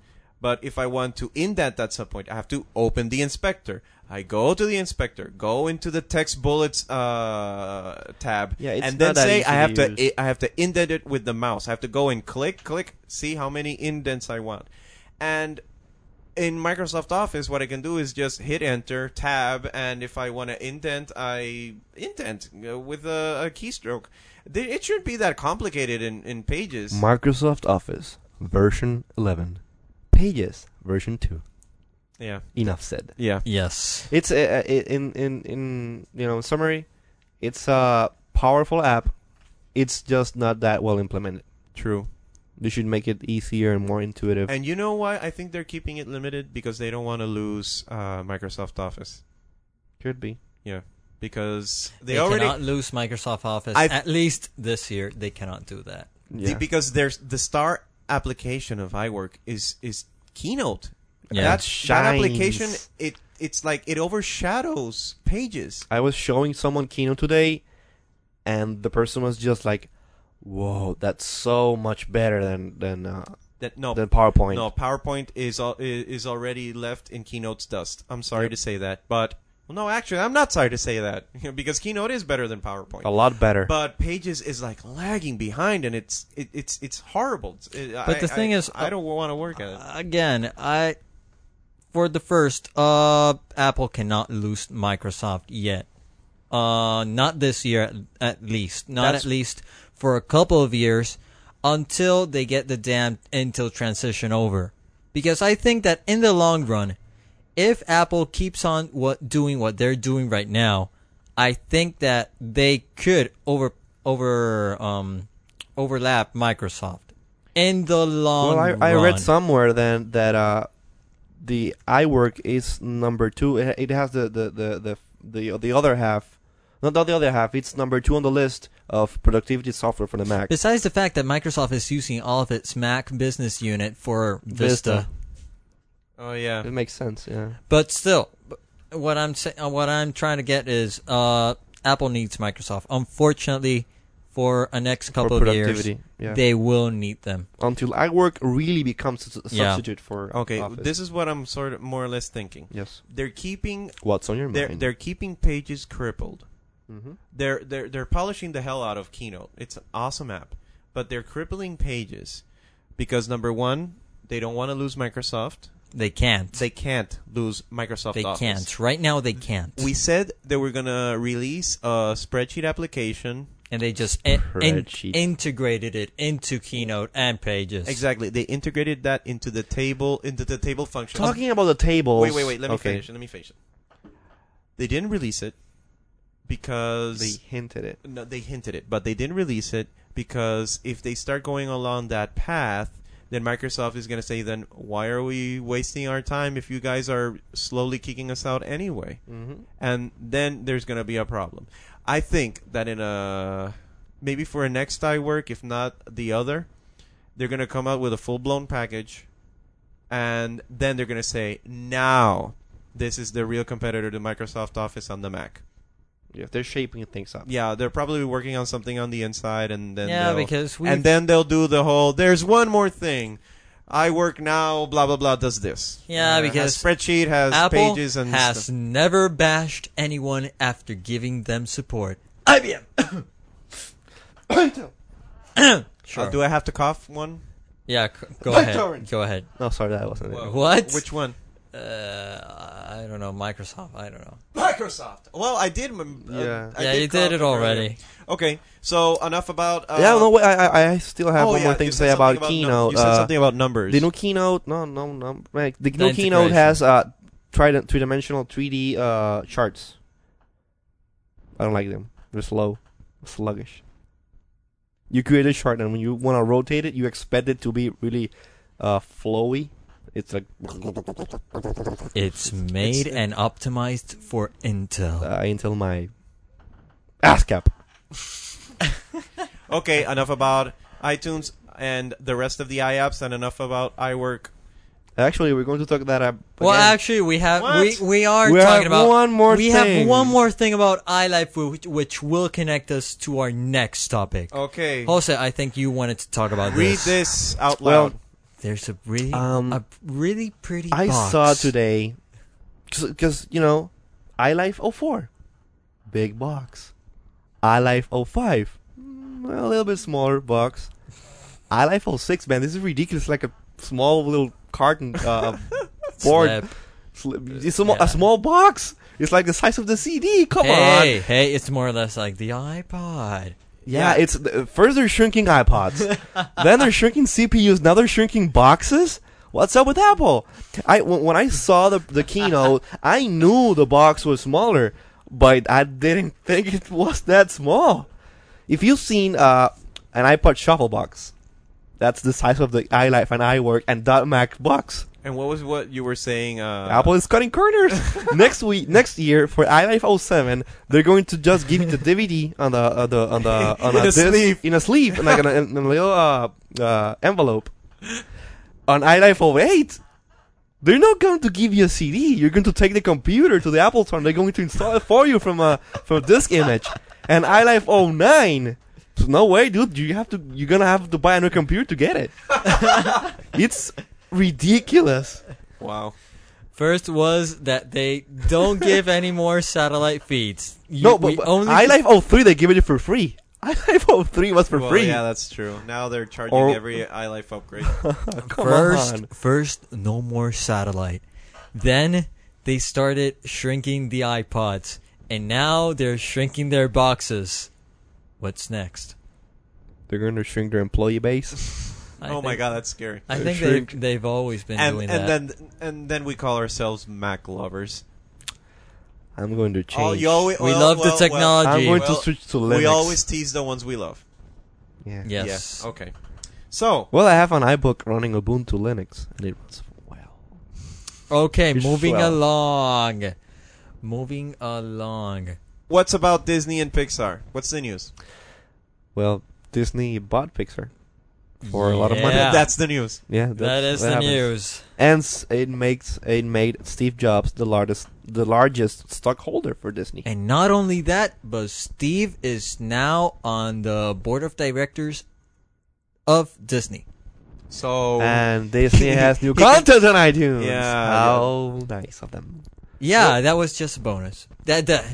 [SPEAKER 1] But if I want to end at that subpoint, I have to open the inspector. I go to the inspector, go into the text bullets uh, tab,
[SPEAKER 3] Yeah, it's
[SPEAKER 1] and
[SPEAKER 3] not
[SPEAKER 1] then
[SPEAKER 3] that
[SPEAKER 1] say
[SPEAKER 3] easy
[SPEAKER 1] I have
[SPEAKER 3] to
[SPEAKER 1] to,
[SPEAKER 3] use.
[SPEAKER 1] I have to indent it with the mouse. I have to go and click, click, see how many indents I want. And in Microsoft Office, what I can do is just hit enter, tab, and if I want to indent, I indent uh, with a, a keystroke. Th- It shouldn't be that complicated in, in Pages.
[SPEAKER 3] Microsoft Office version 11, Pages version 2.
[SPEAKER 1] yeah.
[SPEAKER 3] Enough said.
[SPEAKER 1] Yeah.
[SPEAKER 4] Yes.
[SPEAKER 3] It's uh, uh, in in in you know summary, it's a powerful app. It's just not that well implemented.
[SPEAKER 1] True.
[SPEAKER 3] They should make it easier and more intuitive.
[SPEAKER 1] And you know why I think they're keeping it limited because they don't want to lose uh, Microsoft Office
[SPEAKER 3] Could be.
[SPEAKER 1] because they,
[SPEAKER 4] They,
[SPEAKER 1] already
[SPEAKER 4] cannot lose Microsoft Office.
[SPEAKER 1] I've-
[SPEAKER 4] At least this year, they cannot do that.
[SPEAKER 1] the- because there's the star application of iWork is is Keynote.
[SPEAKER 4] Yeah.
[SPEAKER 1] That, that
[SPEAKER 3] Shines.
[SPEAKER 1] application it it's like it overshadows Pages.
[SPEAKER 3] I was showing someone Keynote today, and the person was just like, "Whoa, that's so much better than than uh,
[SPEAKER 1] That no
[SPEAKER 3] than PowerPoint."
[SPEAKER 1] no PowerPoint is al- i- is already left in Keynote's dust. I'm sorry to say that, but well, no, actually, I'm not sorry to say that because Keynote is better than PowerPoint.
[SPEAKER 3] A lot better.
[SPEAKER 1] but Pages is like lagging behind, and it's it, it's it's horrible. It's- it-
[SPEAKER 4] But the
[SPEAKER 1] I-
[SPEAKER 4] thing
[SPEAKER 1] I-
[SPEAKER 4] is, uh,
[SPEAKER 1] I don't want to work at it.
[SPEAKER 4] Again, I for the first, uh, Apple cannot lose Microsoft yet. Uh, not this year, at, at least. Not
[SPEAKER 1] That's-
[SPEAKER 4] at least for a couple of years until they get the damn Intel transition over. Because I think that in the long run, if Apple keeps on what doing what they're doing right now, I think that they could over over um overlap Microsoft in the long
[SPEAKER 3] well, I,
[SPEAKER 4] run.
[SPEAKER 3] I read somewhere then that uh, the iWork is number two. It, it has the the, the the the the other half, not the other half. It's number two on the list of productivity software for the Mac.
[SPEAKER 4] Besides the fact that Microsoft is using all of its Mac business unit for Vista,
[SPEAKER 3] Vista.
[SPEAKER 1] Oh yeah,
[SPEAKER 3] It makes sense. Yeah.
[SPEAKER 4] but still, b- what I'm saying, what I'm trying to get is, uh, Apple needs Microsoft. Unfortunately, for a next couple
[SPEAKER 3] for
[SPEAKER 4] of years,
[SPEAKER 3] productivity. yeah.
[SPEAKER 4] they will need them.
[SPEAKER 3] Until iWork really becomes a s-
[SPEAKER 4] Yeah.
[SPEAKER 3] substitute for
[SPEAKER 1] okay.
[SPEAKER 3] Office.
[SPEAKER 1] This is what I'm sort of more or less thinking.
[SPEAKER 3] yes.
[SPEAKER 1] They're keeping
[SPEAKER 3] What's on your
[SPEAKER 1] they're
[SPEAKER 3] mind?
[SPEAKER 1] they're keeping Pages crippled.
[SPEAKER 3] Mhm.
[SPEAKER 1] They're they're they're polishing the hell out of Keynote. It's an awesome app, but they're crippling Pages because number one, they don't want to lose Microsoft.
[SPEAKER 4] They can't.
[SPEAKER 1] They can't lose Microsoft.
[SPEAKER 4] They
[SPEAKER 1] Office.
[SPEAKER 4] can't. Right now, they can't.
[SPEAKER 1] We said they were gonna release a spreadsheet application
[SPEAKER 4] and they just in- in-
[SPEAKER 3] Spreadsheet.
[SPEAKER 4] integrated it into Keynote and Pages.
[SPEAKER 1] Exactly. They integrated that into the table into the table function.
[SPEAKER 3] Talking about the tables.
[SPEAKER 1] wait, wait, wait. Let me
[SPEAKER 3] okay.
[SPEAKER 1] finish. Let me finish. They didn't release it
[SPEAKER 3] They
[SPEAKER 1] because
[SPEAKER 3] hinted it.
[SPEAKER 1] no, they hinted it, but they didn't release it because if they start going along that path, then Microsoft is going to say, "Then why are we wasting our time if you guys are slowly kicking us out anyway?"
[SPEAKER 3] Mm-hmm.
[SPEAKER 1] and then there's going to be a problem. I think that in a maybe for a next I work, if not the other, they're going to come out with a full blown package, and then they're going to say, "Now, this is the real competitor to Microsoft Office on the Mac."
[SPEAKER 3] Yeah, they're shaping things up.
[SPEAKER 1] Yeah, they're probably working on something on the inside, and then
[SPEAKER 4] Yeah,
[SPEAKER 1] they'll-
[SPEAKER 4] because we
[SPEAKER 1] and then they'll do the whole. There's one more thing. I work now. Blah blah blah. Does this?
[SPEAKER 4] Yeah,
[SPEAKER 1] Uh, has
[SPEAKER 4] because
[SPEAKER 1] spreadsheet has
[SPEAKER 4] Apple
[SPEAKER 1] pages and
[SPEAKER 4] has
[SPEAKER 1] stuff.
[SPEAKER 4] never bashed anyone after giving them support.
[SPEAKER 3] IBM.
[SPEAKER 1] Uh, do I have to cough one?
[SPEAKER 4] Yeah, c- go
[SPEAKER 3] My
[SPEAKER 4] ahead.
[SPEAKER 3] turn.
[SPEAKER 4] Go ahead.
[SPEAKER 3] No, Oh, sorry, that wasn't it.
[SPEAKER 4] What?
[SPEAKER 1] Which one?
[SPEAKER 4] Uh, I don't know. Microsoft. I don't know.
[SPEAKER 1] Microsoft. Well, I did. m- Uh,
[SPEAKER 3] Yeah.
[SPEAKER 1] I
[SPEAKER 4] yeah, you
[SPEAKER 1] cough
[SPEAKER 4] did it already.
[SPEAKER 1] Okay, so enough about. Uh,
[SPEAKER 3] yeah, no, wait, I, I, I still have
[SPEAKER 1] oh,
[SPEAKER 3] one
[SPEAKER 1] yeah,
[SPEAKER 3] more thing
[SPEAKER 1] you
[SPEAKER 3] to
[SPEAKER 1] said
[SPEAKER 3] say
[SPEAKER 1] something num-
[SPEAKER 3] about, Keynote.
[SPEAKER 1] you said
[SPEAKER 3] uh,
[SPEAKER 1] something about numbers.
[SPEAKER 3] the new Keynote, no, no, no, like, the new
[SPEAKER 4] The
[SPEAKER 3] Keynote
[SPEAKER 4] integration.
[SPEAKER 3] has uh, tri- three-dimensional 3D uh, charts. I don't like them. They're slow, sluggish. You create a chart, and when you want to rotate it, you expect it to be really uh, flowy. It's like
[SPEAKER 4] It's made and optimized for Intel.
[SPEAKER 3] uh, until my ass cap.
[SPEAKER 1] okay, enough about iTunes and the rest of the iApps, and enough about iWork.
[SPEAKER 3] Actually, we're going to talk that up.
[SPEAKER 4] Well,
[SPEAKER 3] again.
[SPEAKER 4] actually, we have
[SPEAKER 1] What?
[SPEAKER 4] we we are
[SPEAKER 3] We have
[SPEAKER 4] talking about
[SPEAKER 3] one more
[SPEAKER 4] We
[SPEAKER 3] thing.
[SPEAKER 4] have one more thing about iLife, which, which will connect us to our next topic.
[SPEAKER 1] Okay,
[SPEAKER 4] Jose, I think you wanted to talk about
[SPEAKER 1] read
[SPEAKER 4] this.
[SPEAKER 1] this out
[SPEAKER 3] Well,
[SPEAKER 1] loud.
[SPEAKER 4] There's a really,
[SPEAKER 3] Um,
[SPEAKER 4] a really pretty.
[SPEAKER 3] I
[SPEAKER 4] box.
[SPEAKER 3] saw today, because, you know, iLife 04, big box. iLife 05, mm, a little bit smaller box. iLife 06, man, this is ridiculous. Like a small little carton uh, board.
[SPEAKER 4] Slip.
[SPEAKER 3] Sli- It's a, mo-
[SPEAKER 4] Yeah.
[SPEAKER 3] a small box. It's like the size of the CD. Come on.
[SPEAKER 4] Hey, hey, it's more or less like the iPod.
[SPEAKER 3] Yeah, it's th- first they're shrinking iPods, then they're shrinking CPUs. Now they're shrinking boxes. What's up with Apple? I when, when I saw the the keynote, I knew the box was smaller, but I didn't think it was that small. If you've seen uh, an iPod Shuffle box, that's the size of the iLife and iWork and dot Mac box.
[SPEAKER 1] And what was what you were saying? Uh,
[SPEAKER 3] Apple is cutting corners. next week, next year for iLife 07, they're going to just give you the DVD on the on the on the on
[SPEAKER 1] In a
[SPEAKER 3] disc-
[SPEAKER 1] sleeve.
[SPEAKER 3] in a sleeve, and like in a, in a little uh, uh, envelope. On iLife 08, they're not going to give you a CD. You're going to take the computer to the Apple store. and They're going to install it for you from a from a disk image. And iLife 09. So no way, dude. You have to. You're gonna have to buy a new computer to get it. it's ridiculous.
[SPEAKER 1] wow.
[SPEAKER 4] First was that they don't give any more satellite feeds. You,
[SPEAKER 3] no, but,
[SPEAKER 4] we
[SPEAKER 3] but
[SPEAKER 4] only
[SPEAKER 3] iLife 03, they give it for free. iLife 03 was for
[SPEAKER 1] Well,
[SPEAKER 3] free.
[SPEAKER 1] Yeah, that's true. Now they're charging
[SPEAKER 3] Or-
[SPEAKER 1] every iLife upgrade.
[SPEAKER 3] Come
[SPEAKER 4] first,
[SPEAKER 3] on.
[SPEAKER 4] first no more satellite. Then they started shrinking the iPods, and now they're shrinking their boxes. What's next?
[SPEAKER 3] They're going to shrink their employee base.
[SPEAKER 4] I
[SPEAKER 1] oh my
[SPEAKER 4] think-
[SPEAKER 1] god, that's scary.
[SPEAKER 4] I
[SPEAKER 3] They're
[SPEAKER 4] think
[SPEAKER 3] shrink-
[SPEAKER 4] they've, they've always been
[SPEAKER 1] And,
[SPEAKER 4] doing
[SPEAKER 1] and
[SPEAKER 4] that.
[SPEAKER 1] then and then we call ourselves Mac lovers.
[SPEAKER 3] I'm going to
[SPEAKER 1] Oh,
[SPEAKER 3] change.
[SPEAKER 1] you always-
[SPEAKER 4] we
[SPEAKER 1] well,
[SPEAKER 4] love the
[SPEAKER 1] well, well.
[SPEAKER 4] technology.
[SPEAKER 3] I'm going
[SPEAKER 1] Well,
[SPEAKER 3] to switch to Linux.
[SPEAKER 1] We always tease the ones we love.
[SPEAKER 3] Yeah.
[SPEAKER 4] yes.
[SPEAKER 1] Yeah. Okay. So
[SPEAKER 3] Well, I have an iBook running Ubuntu Linux, and it runs well.
[SPEAKER 4] Okay,
[SPEAKER 3] It's
[SPEAKER 4] moving
[SPEAKER 3] swell.
[SPEAKER 4] along. Moving along.
[SPEAKER 1] what's about Disney and Pixar? What's the news?
[SPEAKER 3] Well, Disney bought Pixar for a lot of money.
[SPEAKER 4] Yeah.
[SPEAKER 1] That's the news.
[SPEAKER 3] Yeah, that's
[SPEAKER 4] That is
[SPEAKER 3] what
[SPEAKER 4] the
[SPEAKER 3] happens.
[SPEAKER 4] news.
[SPEAKER 3] And s- it makes it made Steve Jobs the largest the largest stockholder for Disney.
[SPEAKER 4] And not only that, but Steve is now on the board of directors of Disney.
[SPEAKER 1] So
[SPEAKER 3] And Disney has new
[SPEAKER 1] He can-
[SPEAKER 3] content on iTunes.
[SPEAKER 1] Oh. Yeah,
[SPEAKER 3] How nice of them.
[SPEAKER 4] Yeah, that was just a bonus. That, that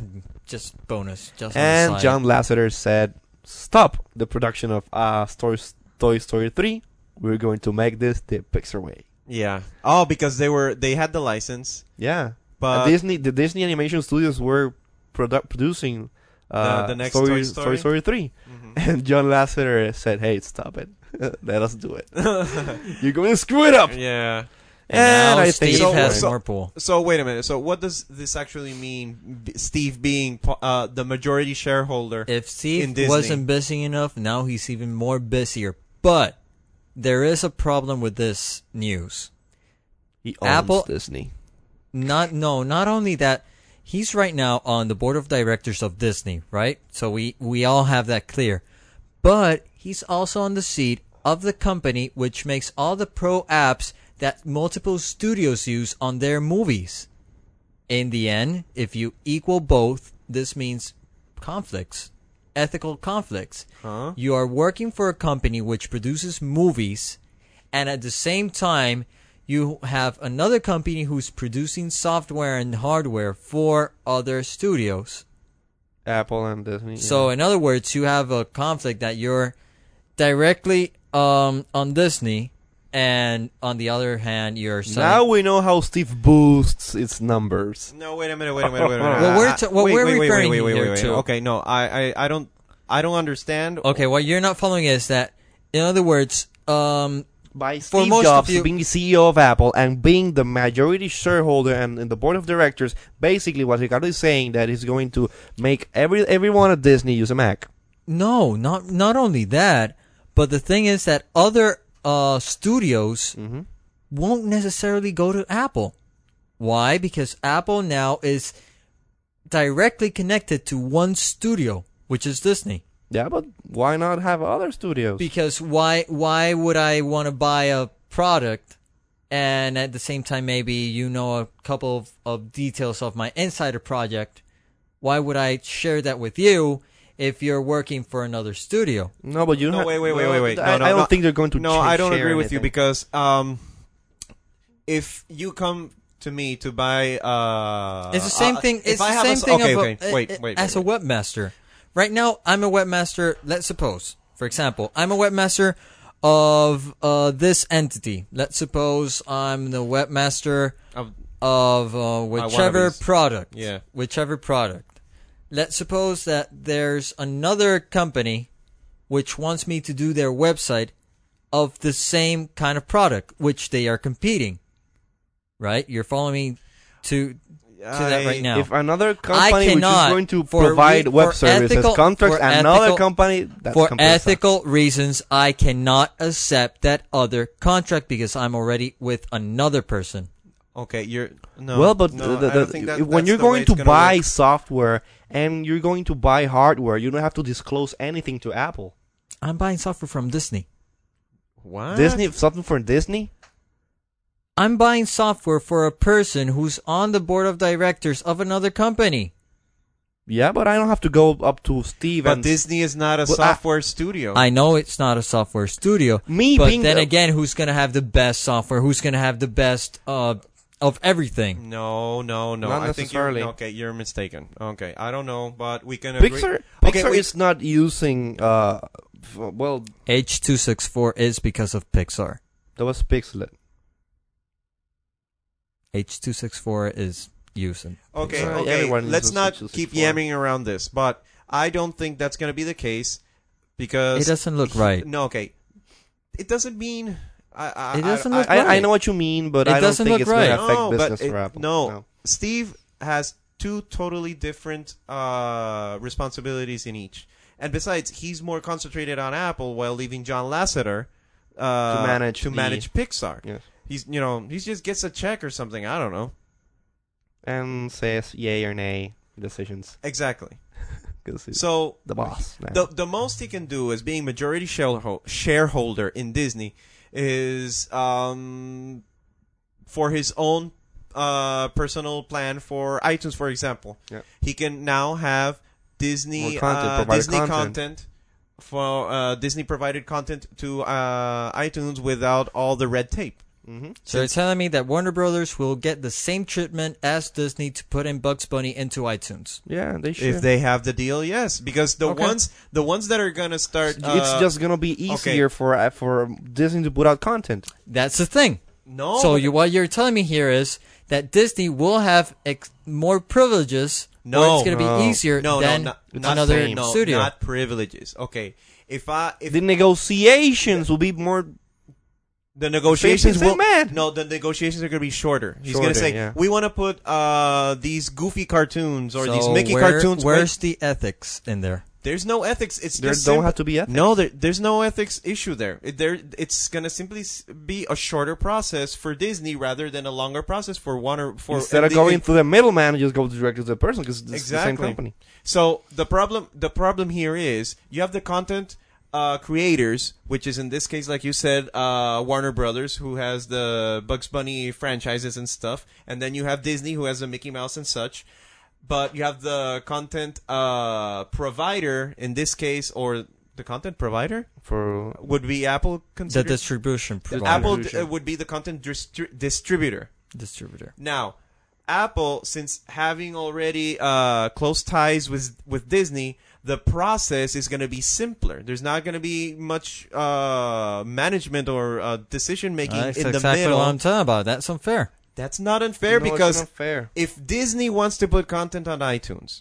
[SPEAKER 4] just bonus. Just on the
[SPEAKER 3] And
[SPEAKER 4] side.
[SPEAKER 3] John Lasseter said, "Stop the production of uh, Story, Toy Story 3. We're going to make this the Pixar way."
[SPEAKER 1] yeah. Oh, because they were they had the license,
[SPEAKER 3] Yeah,
[SPEAKER 1] but
[SPEAKER 3] And Disney, the Disney Animation Studios were produ- producing uh,
[SPEAKER 1] The- the next
[SPEAKER 3] Story,
[SPEAKER 1] Toy Story?
[SPEAKER 3] Story 3,
[SPEAKER 1] mm-hmm.
[SPEAKER 3] and John Lasseter said, "Hey, stop it. Let us do it. You're going to screw it up."
[SPEAKER 1] yeah.
[SPEAKER 4] And now
[SPEAKER 3] And I think
[SPEAKER 4] Steve
[SPEAKER 1] so.
[SPEAKER 4] has
[SPEAKER 1] So-
[SPEAKER 4] more pool.
[SPEAKER 1] So wait a minute. So what does this actually mean? B- Steve being po- uh, the majority shareholder.
[SPEAKER 4] If
[SPEAKER 1] in
[SPEAKER 4] Steve
[SPEAKER 1] Disney.
[SPEAKER 4] wasn't busy enough, now he's even more busier. But there is a problem with this news.
[SPEAKER 3] He owns
[SPEAKER 4] Apple-
[SPEAKER 3] Disney.
[SPEAKER 4] Not no, not only that, he's right now on the board of directors of Disney, right? So we we all have that clear. But he's also on the seat of the company which makes all the pro apps that multiple studios use on their movies. In the end, if you equal both, this means conflicts, ethical conflicts. You are working for a company which produces movies, and at the same time, you have another company who's producing software and hardware for other studios.
[SPEAKER 3] Apple and Disney.
[SPEAKER 4] So, in other words, you have a conflict that you're directly um, on Disney, and on the other hand, you're selling.
[SPEAKER 3] now we know how Steve boosts its numbers.
[SPEAKER 1] No, wait a minute, wait a minute, wait a minute.
[SPEAKER 4] Well, we're
[SPEAKER 1] Uh,
[SPEAKER 4] t- well,
[SPEAKER 1] wait,
[SPEAKER 4] we're
[SPEAKER 1] wait, wait,
[SPEAKER 4] referring
[SPEAKER 1] wait, wait, wait,
[SPEAKER 4] here
[SPEAKER 1] wait,
[SPEAKER 4] to-
[SPEAKER 1] Okay, no, I, I, I don't, I don't understand.
[SPEAKER 4] okay, what you're not following is that, in other words, um,
[SPEAKER 3] by
[SPEAKER 4] For
[SPEAKER 3] Steve
[SPEAKER 4] most of
[SPEAKER 3] Jobs
[SPEAKER 4] you-
[SPEAKER 3] being the CEO of Apple and being the majority shareholder and in the board of directors, basically what Ricardo is saying that he's going to make every everyone at Disney use a Mac.
[SPEAKER 4] No, not not only that, but the thing is that other uh, studios won't necessarily go to Apple. Why? Because Apple now is directly connected to one studio, which is Disney.
[SPEAKER 3] Yeah, but why not have other studios?
[SPEAKER 4] Because why why would I want to buy a product and at the same time maybe you know a couple of, of details of my insider project? Why would I share that with you if you're working for another studio.
[SPEAKER 3] No, but you don't.
[SPEAKER 1] No,
[SPEAKER 3] have-
[SPEAKER 1] wait, wait, wait, wait, wait.
[SPEAKER 3] I,
[SPEAKER 1] No, no,
[SPEAKER 3] I don't
[SPEAKER 1] no.
[SPEAKER 3] think they're going to.
[SPEAKER 1] no,
[SPEAKER 3] ch-
[SPEAKER 1] I don't
[SPEAKER 3] share
[SPEAKER 1] agree with you
[SPEAKER 3] anything.
[SPEAKER 1] because um, if you come to me to buy, uh,
[SPEAKER 4] It's the same
[SPEAKER 1] uh,
[SPEAKER 4] thing.
[SPEAKER 1] if
[SPEAKER 4] It's
[SPEAKER 1] I
[SPEAKER 4] the
[SPEAKER 1] have a
[SPEAKER 4] same
[SPEAKER 1] s-
[SPEAKER 4] thing.
[SPEAKER 1] Okay,
[SPEAKER 4] of a-
[SPEAKER 1] okay.
[SPEAKER 4] uh,
[SPEAKER 1] Wait,
[SPEAKER 4] uh,
[SPEAKER 1] wait, wait.
[SPEAKER 4] As
[SPEAKER 1] wait.
[SPEAKER 4] a webmaster, right now I'm a webmaster. Let's suppose, for example, I'm a webmaster of uh, this entity. Let's suppose I'm the webmaster
[SPEAKER 1] Of-
[SPEAKER 4] of uh, whichever
[SPEAKER 1] wannabes.
[SPEAKER 4] product.
[SPEAKER 1] Yeah.
[SPEAKER 4] Whichever product. Let's suppose that there's another company which wants me to do their website of the same kind of product which they are competing. Right? You're following me to to that
[SPEAKER 1] I-
[SPEAKER 4] right now.
[SPEAKER 3] If another company which is
[SPEAKER 4] cannot,
[SPEAKER 3] going to
[SPEAKER 4] for re-
[SPEAKER 3] provide
[SPEAKER 4] for
[SPEAKER 3] web services
[SPEAKER 4] ethical-
[SPEAKER 3] contracts
[SPEAKER 4] for
[SPEAKER 3] another
[SPEAKER 4] ethical-
[SPEAKER 3] company that's
[SPEAKER 4] for
[SPEAKER 3] completely fine.
[SPEAKER 4] ethical reasons, I cannot accept that other contract because I'm already with another person.
[SPEAKER 1] Okay, you're no.
[SPEAKER 3] well, but
[SPEAKER 1] no,
[SPEAKER 3] the- the-
[SPEAKER 1] I don't think that-
[SPEAKER 3] when
[SPEAKER 1] that's
[SPEAKER 3] you're
[SPEAKER 1] the way
[SPEAKER 3] going
[SPEAKER 1] it's
[SPEAKER 3] to
[SPEAKER 1] gonna
[SPEAKER 3] buy
[SPEAKER 1] work.
[SPEAKER 3] software and you're going to buy hardware, you don't have to disclose anything to Apple.
[SPEAKER 4] I'm buying software from Disney.
[SPEAKER 1] what?
[SPEAKER 3] Disney, something for Disney.
[SPEAKER 4] I'm buying software for a person who's on the board of directors of another company.
[SPEAKER 3] Yeah, but I don't have to go up to Steve
[SPEAKER 1] but
[SPEAKER 3] and
[SPEAKER 1] Disney is not a
[SPEAKER 3] Well, I-
[SPEAKER 1] software studio.
[SPEAKER 4] I know it's not a software studio.
[SPEAKER 3] Me
[SPEAKER 4] but
[SPEAKER 3] being
[SPEAKER 4] then
[SPEAKER 3] the-
[SPEAKER 4] again, who's going to have the best software? Who's going to have the best uh, of everything?
[SPEAKER 1] no, no, no.
[SPEAKER 3] Not
[SPEAKER 1] I think you're
[SPEAKER 3] necessarily.
[SPEAKER 1] okay. You're mistaken. Okay, I don't know, but we can. Agree.
[SPEAKER 3] Pixar.
[SPEAKER 1] Okay,
[SPEAKER 3] Pixar
[SPEAKER 1] we-
[SPEAKER 3] is not using. Uh, f- well,
[SPEAKER 4] H two six four is because of Pixar.
[SPEAKER 3] that was Pixlet.
[SPEAKER 4] H two six four is using.
[SPEAKER 1] Okay,
[SPEAKER 3] Right.
[SPEAKER 1] okay.
[SPEAKER 3] Everyone
[SPEAKER 1] Let's
[SPEAKER 3] uses
[SPEAKER 1] not
[SPEAKER 3] 264.
[SPEAKER 1] keep yammering around this, but I don't think that's going to be the case because
[SPEAKER 4] It doesn't look right.
[SPEAKER 1] No, okay. It doesn't mean I. I
[SPEAKER 4] It doesn't
[SPEAKER 1] I,
[SPEAKER 4] look
[SPEAKER 1] I,
[SPEAKER 4] right.
[SPEAKER 3] I, I know what you mean, but
[SPEAKER 4] It
[SPEAKER 3] I don't
[SPEAKER 4] doesn't
[SPEAKER 3] think
[SPEAKER 4] look
[SPEAKER 3] it's
[SPEAKER 4] right.
[SPEAKER 3] going to affect
[SPEAKER 1] no,
[SPEAKER 3] business
[SPEAKER 1] but it-
[SPEAKER 3] for Apple.
[SPEAKER 1] no. Steve has two totally different uh, responsibilities in each, and besides, he's more concentrated on Apple while leaving John Lasseter uh,
[SPEAKER 3] To manage
[SPEAKER 1] to
[SPEAKER 3] the-
[SPEAKER 1] manage Pixar.
[SPEAKER 3] Yes.
[SPEAKER 1] He's you know he just gets a check or something. I don't know
[SPEAKER 3] and says yay or nay decisions
[SPEAKER 1] exactly.
[SPEAKER 3] because he's
[SPEAKER 1] So
[SPEAKER 3] the boss. now.
[SPEAKER 1] the the most he can do as being majority shareho- shareholder in Disney is um for his own uh personal plan for iTunes, for example.
[SPEAKER 3] Yeah.
[SPEAKER 1] He can now have Disney
[SPEAKER 3] More content,
[SPEAKER 1] uh,
[SPEAKER 3] provided
[SPEAKER 1] Disney
[SPEAKER 3] content.
[SPEAKER 1] content for uh, Disney provided content to uh, iTunes without all the red tape.
[SPEAKER 4] So you're telling me that Warner Brothers will get the same treatment as Disney to put in Bugs Bunny into iTunes?
[SPEAKER 3] yeah, they should.
[SPEAKER 1] If they have the deal, yes, because the
[SPEAKER 4] Okay.
[SPEAKER 1] ones the ones that are gonna start uh,
[SPEAKER 3] it's just gonna be easier for uh, for Disney to put out content.
[SPEAKER 4] That's the thing.
[SPEAKER 1] no.
[SPEAKER 4] so you, what you're telling me here is that Disney will have ex- more privileges.
[SPEAKER 1] No,
[SPEAKER 4] where it's going to
[SPEAKER 3] No.
[SPEAKER 4] be easier
[SPEAKER 1] no,
[SPEAKER 4] than
[SPEAKER 1] no, no, not
[SPEAKER 4] another
[SPEAKER 1] same. no,
[SPEAKER 4] studio.
[SPEAKER 1] not privileges. Okay, if I if
[SPEAKER 3] The negotiations will be more.
[SPEAKER 1] the negotiations
[SPEAKER 3] Face is
[SPEAKER 1] will
[SPEAKER 3] mad.
[SPEAKER 1] no, the negotiations are going to be shorter. He's going
[SPEAKER 3] Shorter,
[SPEAKER 1] to say
[SPEAKER 3] yeah.
[SPEAKER 1] we want to put uh, these goofy cartoons or these
[SPEAKER 4] So
[SPEAKER 1] Mickey
[SPEAKER 4] where-
[SPEAKER 1] cartoons.
[SPEAKER 4] Where's the ethics in there?
[SPEAKER 1] Wait, there's no ethics. It's
[SPEAKER 3] There
[SPEAKER 1] just
[SPEAKER 3] don't
[SPEAKER 1] simp-
[SPEAKER 3] have to be ethics.
[SPEAKER 1] No, there, there's no ethics issue there. It, there, it's going to simply s- be a shorter process for Disney rather than a longer process for one or for
[SPEAKER 3] Instead of
[SPEAKER 1] the-
[SPEAKER 3] going through the middleman, just go directly to the person because it's the same company.
[SPEAKER 1] So the problem the problem here is you have the content uh, creators, which is in this case, like you said, uh, Warner Brothers, who has the Bugs Bunny franchises and stuff, and then you have Disney, who has the Mickey Mouse and such. But you have the content uh, provider in this case, or the content provider
[SPEAKER 3] For
[SPEAKER 1] would be Apple.
[SPEAKER 4] The
[SPEAKER 1] Considered
[SPEAKER 4] distribution provider.
[SPEAKER 1] Apple
[SPEAKER 3] distribution.
[SPEAKER 1] uh, would be the content distri- distributor.
[SPEAKER 4] distributor.
[SPEAKER 1] Now, Apple, since having already uh, close ties with with Disney, the process is going to be simpler. There's not going to be much uh, management or uh, decision making
[SPEAKER 4] That's
[SPEAKER 1] in the
[SPEAKER 4] exactly
[SPEAKER 1] middle.
[SPEAKER 4] what I'm talking about. That's unfair.
[SPEAKER 1] That's not unfair
[SPEAKER 3] No, it's
[SPEAKER 1] because
[SPEAKER 3] not fair.
[SPEAKER 1] if Disney wants to put content on iTunes,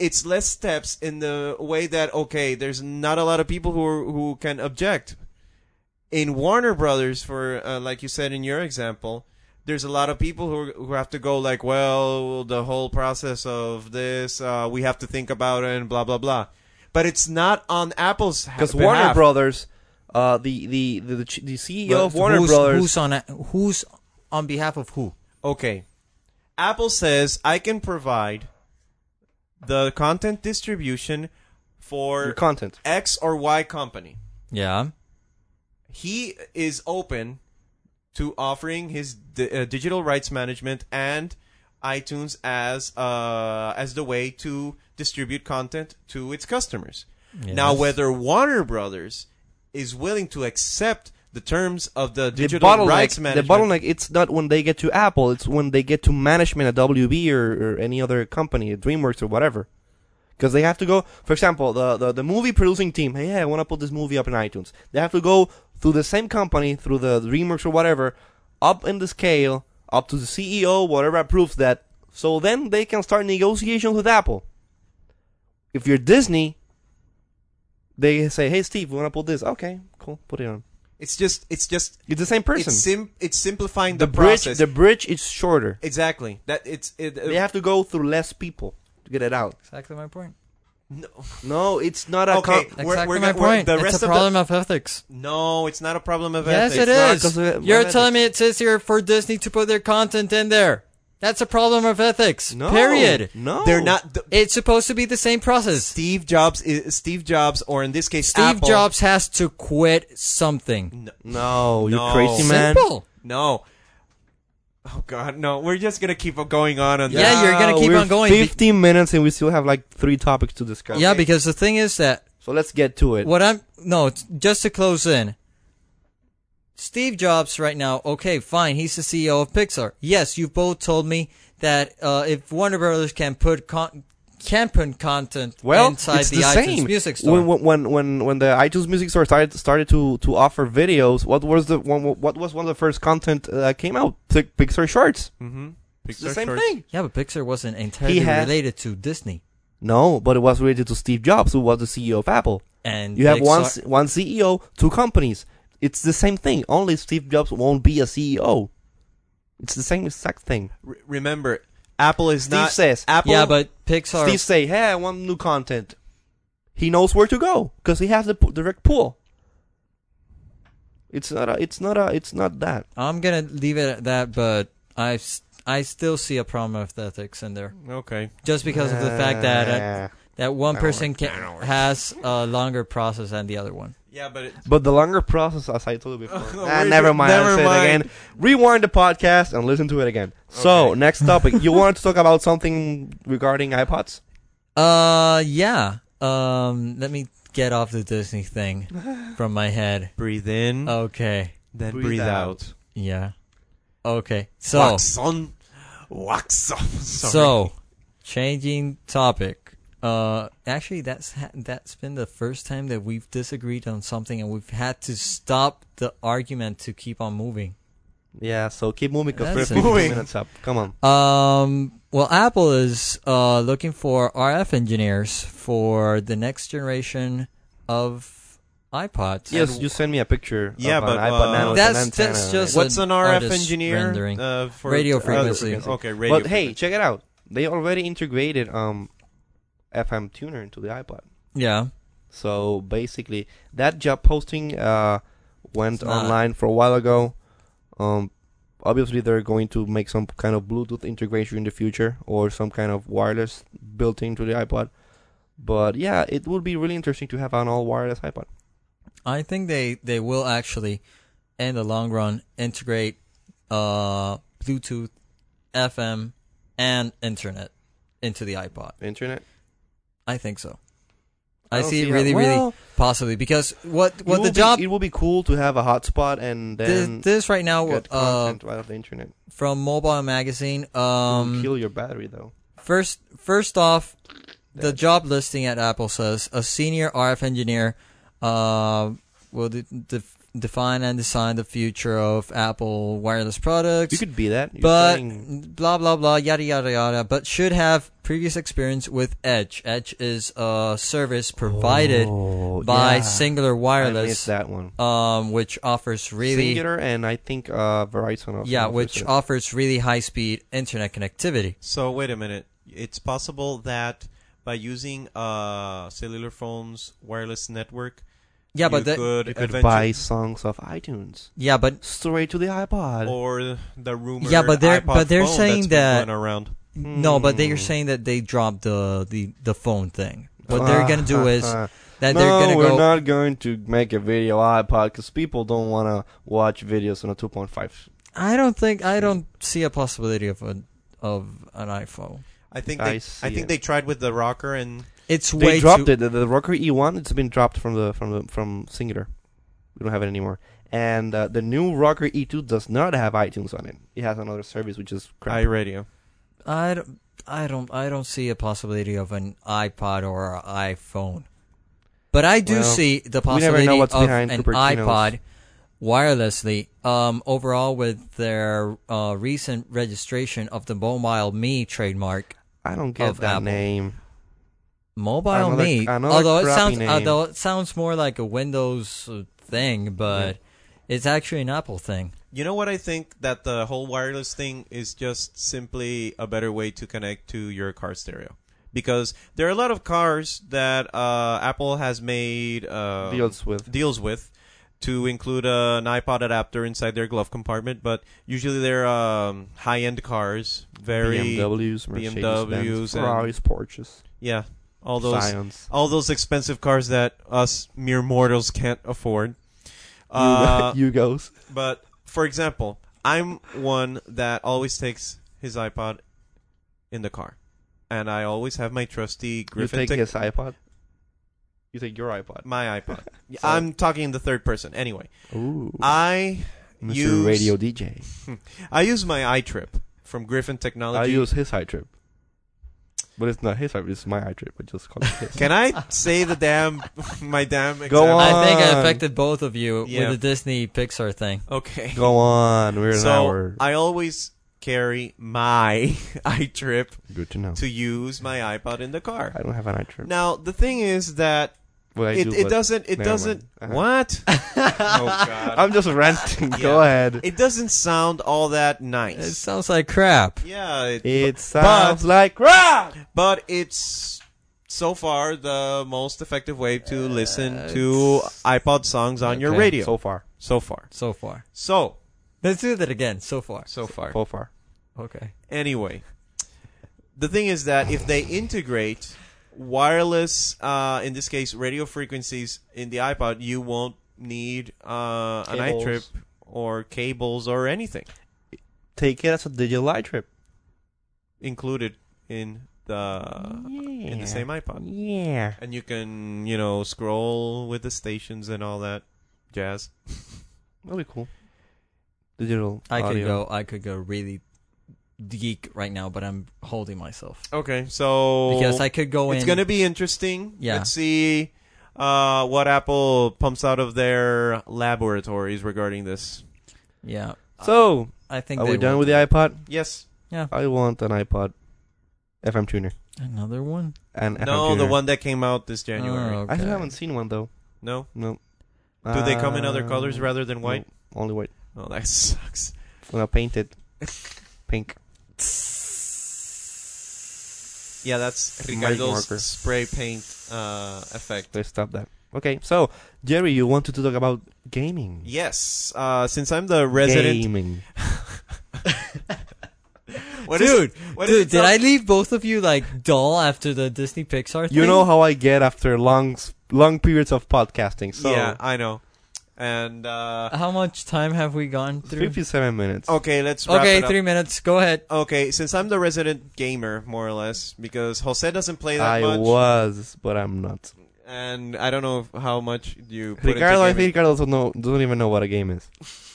[SPEAKER 1] it's less steps in the way that okay, there's not a lot of people who are, who can object. In Warner Brothers, for uh, like you said in your example, there's a lot of people who are, who have to go like, well, the whole process of this, uh, we have to think about it and blah blah blah. But it's not on Apple's
[SPEAKER 3] because
[SPEAKER 1] because
[SPEAKER 3] Warner Brothers, uh, the the the, the, ch- the CEO of
[SPEAKER 4] But
[SPEAKER 3] Warner
[SPEAKER 4] who's,
[SPEAKER 3] Brothers,
[SPEAKER 4] Who's on, a- who's on behalf of who?
[SPEAKER 1] Okay. Apple says I can provide the content distribution
[SPEAKER 3] your
[SPEAKER 1] for
[SPEAKER 3] content.
[SPEAKER 1] X or Y company.
[SPEAKER 4] Yeah.
[SPEAKER 1] He is open to offering his di- uh, digital rights management and iTunes as uh, as the way to distribute content to its customers. Now,
[SPEAKER 4] Yes.
[SPEAKER 1] whether Warner Brothers is willing to accept the terms of the
[SPEAKER 3] The
[SPEAKER 1] digital
[SPEAKER 3] bottleneck,
[SPEAKER 1] rights
[SPEAKER 3] the
[SPEAKER 1] management,
[SPEAKER 3] bottleneck, it's not when they get to Apple, it's when they get to management at WB or, or any other company, DreamWorks or whatever. Because they have to go, for example, the, the, the movie producing team, hey, I want to put this movie up in iTunes. They have to go through the same company, through the DreamWorks or whatever, up in the scale, up to the CEO, whatever approves that. So then they can start negotiations with Apple. If you're Disney, they say, hey, Steve, we want to put this. Okay, cool, put it on.
[SPEAKER 1] it's just it's just
[SPEAKER 3] It's the same person.
[SPEAKER 1] it's sim it's simplifying the,
[SPEAKER 3] the bridge
[SPEAKER 1] process.
[SPEAKER 3] the bridge is shorter
[SPEAKER 1] exactly that it's it,
[SPEAKER 3] they have to go through less people to get it out
[SPEAKER 4] Exactly my point.
[SPEAKER 3] no it's not a
[SPEAKER 1] Okay.
[SPEAKER 3] com-
[SPEAKER 1] We're-
[SPEAKER 4] Exactly
[SPEAKER 1] we're
[SPEAKER 4] my
[SPEAKER 1] gonna- we're-
[SPEAKER 4] point.
[SPEAKER 1] the rest
[SPEAKER 4] it's
[SPEAKER 1] of
[SPEAKER 4] a
[SPEAKER 1] the-
[SPEAKER 4] problem of ethics.
[SPEAKER 1] no, it's not a problem of
[SPEAKER 4] Yes,
[SPEAKER 1] ethics.
[SPEAKER 4] it
[SPEAKER 3] not
[SPEAKER 4] is.
[SPEAKER 3] 'cause of-
[SPEAKER 4] You're
[SPEAKER 3] of
[SPEAKER 4] telling me it says here for Disney to put their content in there. That's a problem of ethics.
[SPEAKER 3] no
[SPEAKER 4] Period.
[SPEAKER 3] no
[SPEAKER 1] They're not. The,
[SPEAKER 4] It's supposed to be the same process.
[SPEAKER 1] Steve Jobs is Steve Jobs, or in this case,
[SPEAKER 4] Steve
[SPEAKER 1] Apple.
[SPEAKER 4] Jobs has to quit something.
[SPEAKER 3] no you
[SPEAKER 1] No.
[SPEAKER 3] crazy man
[SPEAKER 4] Simple.
[SPEAKER 1] No. Oh God, no. We're just gonna keep going on on
[SPEAKER 4] Yeah, you're gonna keep
[SPEAKER 3] we're
[SPEAKER 4] on going.
[SPEAKER 3] 15 minutes and we still have like three topics to discuss
[SPEAKER 4] Yeah, because the thing is that
[SPEAKER 3] so let's get to it
[SPEAKER 4] what I'm no, it's- just to close in. Steve Jobs right now, okay, fine, he's the CEO of Pixar. Yes, you both told me that uh, if Warner Brothers can put con- can put content
[SPEAKER 3] well
[SPEAKER 4] inside
[SPEAKER 3] it's
[SPEAKER 4] the,
[SPEAKER 3] the,
[SPEAKER 4] iTunes
[SPEAKER 3] same
[SPEAKER 4] Music Store.
[SPEAKER 3] When, when when when the iTunes music store started started to to offer videos what was the one what was one of the first content uh, that came out Pi- pixar shorts
[SPEAKER 1] Mm-hmm.
[SPEAKER 3] it's the same thing
[SPEAKER 4] yeah, but Pixar wasn't entirely
[SPEAKER 3] He had-
[SPEAKER 4] related to Disney.
[SPEAKER 3] no but it was related to steve jobs who was the ceo of apple
[SPEAKER 4] And
[SPEAKER 3] You have one
[SPEAKER 4] Pixar-
[SPEAKER 3] c- one CEO, two companies. It's the same thing. Only Steve Jobs won't be a CEO. It's the same exact thing.
[SPEAKER 1] Re- remember, Apple is
[SPEAKER 3] Steve
[SPEAKER 1] not.
[SPEAKER 3] says-
[SPEAKER 1] Apple.
[SPEAKER 4] Yeah, but Pixar.
[SPEAKER 3] Steve say, "Hey, I want new content." He knows where to go because he has the p- direct pull. It's not a. It's not a. It's not that.
[SPEAKER 4] I'm gonna leave it at that, but I s- I still see a problem with ethics in there,
[SPEAKER 1] okay.
[SPEAKER 4] just because of the fact that uh, that one person can, has a longer process than the other one.
[SPEAKER 1] Yeah, but it,
[SPEAKER 3] But the longer process, as I told you before. ah,
[SPEAKER 1] Rewind-
[SPEAKER 3] never mind.
[SPEAKER 1] never
[SPEAKER 3] I'll say it
[SPEAKER 1] mind.
[SPEAKER 3] again. Rewind the podcast and listen to it again. So
[SPEAKER 1] Okay.
[SPEAKER 3] next topic, you want to talk about something regarding iPods?
[SPEAKER 4] Uh, yeah. Um, let me get off the Disney thing from my head.
[SPEAKER 1] breathe
[SPEAKER 4] Oh.
[SPEAKER 1] in,
[SPEAKER 4] Okay.
[SPEAKER 1] then breathe,
[SPEAKER 3] breathe
[SPEAKER 1] out.
[SPEAKER 3] out.
[SPEAKER 4] Yeah. Okay. So.
[SPEAKER 1] wax on, wax off. Sorry.
[SPEAKER 4] So, changing topic. Uh, actually, that's ha- that's been the first time that we've disagreed on something, and we've had to stop the argument to keep on moving.
[SPEAKER 3] Yeah. So keep moving because we're
[SPEAKER 4] That's
[SPEAKER 3] 15
[SPEAKER 1] interesting.
[SPEAKER 3] minutes up. Come on.
[SPEAKER 4] Um, well, Apple is uh, looking for RF engineers for the next generation of iPods.
[SPEAKER 3] Yes, you send me a picture.
[SPEAKER 1] Yeah,
[SPEAKER 3] of
[SPEAKER 1] but,
[SPEAKER 3] an
[SPEAKER 1] uh,
[SPEAKER 3] iPod Nano with an
[SPEAKER 4] That's-
[SPEAKER 3] antenna
[SPEAKER 4] that's
[SPEAKER 3] on it.
[SPEAKER 4] just
[SPEAKER 1] what's
[SPEAKER 4] an
[SPEAKER 1] an RF
[SPEAKER 4] artist
[SPEAKER 1] engineer
[SPEAKER 4] rendering.
[SPEAKER 1] uh, for
[SPEAKER 4] Radio
[SPEAKER 1] uh,
[SPEAKER 4] frequency.
[SPEAKER 1] okay, radio.
[SPEAKER 3] But hey, check it out. They already integrated um, FM tuner into the iPod.
[SPEAKER 4] yeah,
[SPEAKER 3] So basically, that job posting uh, went
[SPEAKER 4] It's not-
[SPEAKER 3] online for a while ago. Um, obviously, they're going to make some kind of Bluetooth integration in the future, or some kind of wireless built into the iPod. But yeah, it would be really interesting to have an all wireless iPod.
[SPEAKER 4] I think they they will actually, in the long run, integrate uh Bluetooth, FM, and internet into the iPod.
[SPEAKER 3] Internet.
[SPEAKER 4] I think so.
[SPEAKER 3] I
[SPEAKER 4] I,
[SPEAKER 3] don't see
[SPEAKER 4] see it
[SPEAKER 3] how-
[SPEAKER 4] really,
[SPEAKER 3] well-
[SPEAKER 4] really possibly because what
[SPEAKER 3] it
[SPEAKER 4] what the
[SPEAKER 3] would be-
[SPEAKER 4] job
[SPEAKER 3] It would be cool to have a hotspot and then
[SPEAKER 4] this, this right now
[SPEAKER 3] get
[SPEAKER 4] uh,
[SPEAKER 3] content right off the internet.
[SPEAKER 4] from Mobile Magazine.
[SPEAKER 3] It'll
[SPEAKER 4] Um,
[SPEAKER 3] kill your battery though.
[SPEAKER 4] First, first off, the job listing at Apple says a senior RF engineer uh, will de- def define and design the future of Apple wireless products.
[SPEAKER 3] You could be that. You're
[SPEAKER 4] but
[SPEAKER 3] saying-
[SPEAKER 4] blah blah blah yada yada yada. But should have previous experience with Edge. Edge is a service provided
[SPEAKER 3] Oh,
[SPEAKER 4] by
[SPEAKER 3] yeah. I
[SPEAKER 4] Singular
[SPEAKER 3] missed
[SPEAKER 4] Wireless,
[SPEAKER 3] that one.
[SPEAKER 4] um, which offers really
[SPEAKER 3] Singular and I think uh, Verizon. Also
[SPEAKER 4] yeah,
[SPEAKER 3] offers
[SPEAKER 4] which
[SPEAKER 3] it.
[SPEAKER 4] offers really high speed internet connectivity.
[SPEAKER 1] So wait a minute. It's possible that by using uh, cellular phones wireless network,
[SPEAKER 4] Yeah,
[SPEAKER 1] you
[SPEAKER 4] but that,
[SPEAKER 1] could,
[SPEAKER 3] you could
[SPEAKER 1] eventu-
[SPEAKER 3] buy songs off iTunes
[SPEAKER 4] yeah, but
[SPEAKER 3] straight to the iPod.
[SPEAKER 1] or the rumor.
[SPEAKER 4] Yeah, but they're- but they're saying that-
[SPEAKER 1] going around.
[SPEAKER 4] No, but they're
[SPEAKER 3] Hmm.
[SPEAKER 4] saying that they dropped the the, the phone thing. What they're gonna do is that they're
[SPEAKER 3] Ah. no,
[SPEAKER 4] gonna
[SPEAKER 3] we're
[SPEAKER 4] go.
[SPEAKER 3] not going to make a video iPod because people don't want to watch videos on a 2.5.
[SPEAKER 4] I don't think I don't see a possibility of a of an iPhone.
[SPEAKER 1] I think
[SPEAKER 3] I
[SPEAKER 1] they, I,
[SPEAKER 3] see
[SPEAKER 1] think
[SPEAKER 3] it.
[SPEAKER 1] they tried with the rocker and
[SPEAKER 4] It's
[SPEAKER 3] They
[SPEAKER 4] way
[SPEAKER 3] dropped
[SPEAKER 4] too,
[SPEAKER 3] it. The, the Rocker E1, it's been dropped from the from the from Singular. We don't have it anymore. And uh, the new Rocker E2 does not have iTunes on it. It has another service, which is crap.
[SPEAKER 1] iRadio.
[SPEAKER 4] I don't, I don't, I don't see a possibility of an iPod or an iPhone. But I do
[SPEAKER 3] Well,
[SPEAKER 4] see the
[SPEAKER 3] we never know
[SPEAKER 4] possibility
[SPEAKER 3] what's
[SPEAKER 4] of
[SPEAKER 3] behind
[SPEAKER 4] an
[SPEAKER 3] Cupertino's.
[SPEAKER 4] iPod wirelessly. Um, overall, with their uh, recent registration of the Mobile Me trademark,
[SPEAKER 3] I don't get
[SPEAKER 4] Of
[SPEAKER 3] that
[SPEAKER 4] Apple.
[SPEAKER 3] name.
[SPEAKER 4] Mobile
[SPEAKER 3] Another-
[SPEAKER 4] Me,
[SPEAKER 3] another
[SPEAKER 4] although it
[SPEAKER 3] crappy
[SPEAKER 4] sounds,
[SPEAKER 3] name.
[SPEAKER 4] although it sounds more like a Windows uh, thing, but it's actually an Apple thing.
[SPEAKER 1] You know what I think that the whole wireless thing is just simply a better way to connect to your car stereo because there are a lot of cars that uh, Apple has made uh,
[SPEAKER 3] Deals with.
[SPEAKER 1] deals with to include uh, an iPod adapter inside their glove compartment, but usually they're um, high end cars, very
[SPEAKER 3] BMWs, Mercedes,
[SPEAKER 1] BMWs, and-
[SPEAKER 3] Ferraris, Porsches,
[SPEAKER 1] yeah, all those
[SPEAKER 3] Scions.
[SPEAKER 1] all those expensive cars that us mere mortals can't afford. Uh,
[SPEAKER 3] Uh, Yugos.
[SPEAKER 1] but for example, I'm one that always takes his iPod in the car, and I always have my trusty
[SPEAKER 3] You
[SPEAKER 1] Griffin.
[SPEAKER 3] take
[SPEAKER 1] tech-
[SPEAKER 3] his iPod. You take your iPod.
[SPEAKER 1] my iPod.
[SPEAKER 3] So-
[SPEAKER 1] I'm talking in the third person. Anyway,
[SPEAKER 3] Ooh.
[SPEAKER 1] I
[SPEAKER 3] Mr.
[SPEAKER 1] use
[SPEAKER 3] Radio DJ.
[SPEAKER 1] I use my iTrip from Griffin
[SPEAKER 3] I
[SPEAKER 1] Technology.
[SPEAKER 3] use his iTrip. But it's not his iTrip, it's my iTrip. I just call it his.
[SPEAKER 1] Can I say the damn my damn?
[SPEAKER 3] Go
[SPEAKER 1] example?
[SPEAKER 3] on.
[SPEAKER 4] I think I affected both of you
[SPEAKER 1] Yeah.
[SPEAKER 4] with the Disney Pixar thing.
[SPEAKER 1] Okay.
[SPEAKER 3] Go on. We're an
[SPEAKER 1] So
[SPEAKER 3] hour.
[SPEAKER 1] I always carry my iTrip
[SPEAKER 3] Good to know.
[SPEAKER 1] to use my iPod in the car.
[SPEAKER 3] I don't have an iTrip.
[SPEAKER 1] Now the thing is that
[SPEAKER 3] Well, I
[SPEAKER 1] it,
[SPEAKER 3] do,
[SPEAKER 1] it
[SPEAKER 3] but
[SPEAKER 1] doesn't it
[SPEAKER 3] never
[SPEAKER 1] doesn't
[SPEAKER 3] mind. Uh-huh.
[SPEAKER 1] what oh god
[SPEAKER 3] I'm just ranting. Go
[SPEAKER 1] Yeah.
[SPEAKER 3] ahead.
[SPEAKER 1] it doesn't sound all that
[SPEAKER 4] It
[SPEAKER 1] nice
[SPEAKER 4] sounds like crap.
[SPEAKER 1] yeah it,
[SPEAKER 3] It sounds like rock.
[SPEAKER 1] but it's so far the most effective way to listen to iPod songs on your
[SPEAKER 3] Okay,
[SPEAKER 1] radio so,
[SPEAKER 3] So far.
[SPEAKER 1] far
[SPEAKER 4] So far,
[SPEAKER 1] so
[SPEAKER 4] let's do that again. So far,
[SPEAKER 1] so far
[SPEAKER 3] So far.
[SPEAKER 4] okay.
[SPEAKER 1] anyway the thing is that if they integrate wireless uh, in this case radio frequencies in the iPod you won't need uh, an
[SPEAKER 3] Cables.
[SPEAKER 1] iTrip or cables or anything
[SPEAKER 3] Take it as a digital iTrip.
[SPEAKER 1] included in the Uh, in the same iPod.
[SPEAKER 3] Yeah.
[SPEAKER 1] And you can, you know, scroll with the stations and all that jazz.
[SPEAKER 3] That'll be cool. Digital.
[SPEAKER 4] I could
[SPEAKER 3] audio.
[SPEAKER 4] go. I could go really geek right now, but I'm holding myself
[SPEAKER 1] Okay,
[SPEAKER 3] Oh.
[SPEAKER 1] so
[SPEAKER 4] because I could go
[SPEAKER 1] it's
[SPEAKER 4] in.
[SPEAKER 1] going to be interesting.
[SPEAKER 4] Yeah.
[SPEAKER 1] Let's see uh, what Apple pumps out of their laboratories regarding this.
[SPEAKER 4] yeah.
[SPEAKER 3] So,
[SPEAKER 4] I
[SPEAKER 3] are
[SPEAKER 4] think
[SPEAKER 3] we
[SPEAKER 4] they
[SPEAKER 3] done
[SPEAKER 4] will.
[SPEAKER 3] with the iPod?
[SPEAKER 1] Yes.
[SPEAKER 3] I want an iPod FM tuner.
[SPEAKER 4] another one.
[SPEAKER 3] An
[SPEAKER 1] no,
[SPEAKER 3] FM tuner.
[SPEAKER 1] the one that came out this January.
[SPEAKER 4] Oh,
[SPEAKER 3] I still
[SPEAKER 4] okay.
[SPEAKER 3] haven't seen one though.
[SPEAKER 1] No.
[SPEAKER 3] No. Um,
[SPEAKER 1] Do they come in
[SPEAKER 3] Uh,
[SPEAKER 1] other colors rather than white?
[SPEAKER 3] only white.
[SPEAKER 1] Oh, that sucks.
[SPEAKER 3] Well, painted. Pink.
[SPEAKER 1] Yeah, that's
[SPEAKER 3] Magic
[SPEAKER 1] Ricardo's
[SPEAKER 3] marker.
[SPEAKER 1] spray paint uh, effect.
[SPEAKER 3] Let's stop that. Okay, so Jerry, you wanted to talk about gaming.
[SPEAKER 1] Yes, uh, since I'm the resident
[SPEAKER 3] Gaming.
[SPEAKER 1] What is-
[SPEAKER 4] dude,
[SPEAKER 1] what is
[SPEAKER 4] dude,
[SPEAKER 1] it
[SPEAKER 4] did
[SPEAKER 1] called?
[SPEAKER 4] I leave both of you like dull after the Disney Pixar? Thing?
[SPEAKER 3] You know how I get after long, s- long periods of podcasting. So
[SPEAKER 1] Yeah, I know. And uh,
[SPEAKER 4] how much time have we gone through?
[SPEAKER 3] fifty-seven minutes.
[SPEAKER 1] okay, let's wrap
[SPEAKER 4] Okay,
[SPEAKER 1] it up.
[SPEAKER 4] three minutes. Go ahead.
[SPEAKER 1] Okay, since I'm the resident gamer, more or less, because Jose doesn't play that
[SPEAKER 3] I
[SPEAKER 1] much,
[SPEAKER 3] was, but I'm not.
[SPEAKER 1] and I don't know how much you. Put
[SPEAKER 3] Ricardo, I
[SPEAKER 1] into gaming.
[SPEAKER 3] think Ricardo doesn't know, doesn't even know what a game is.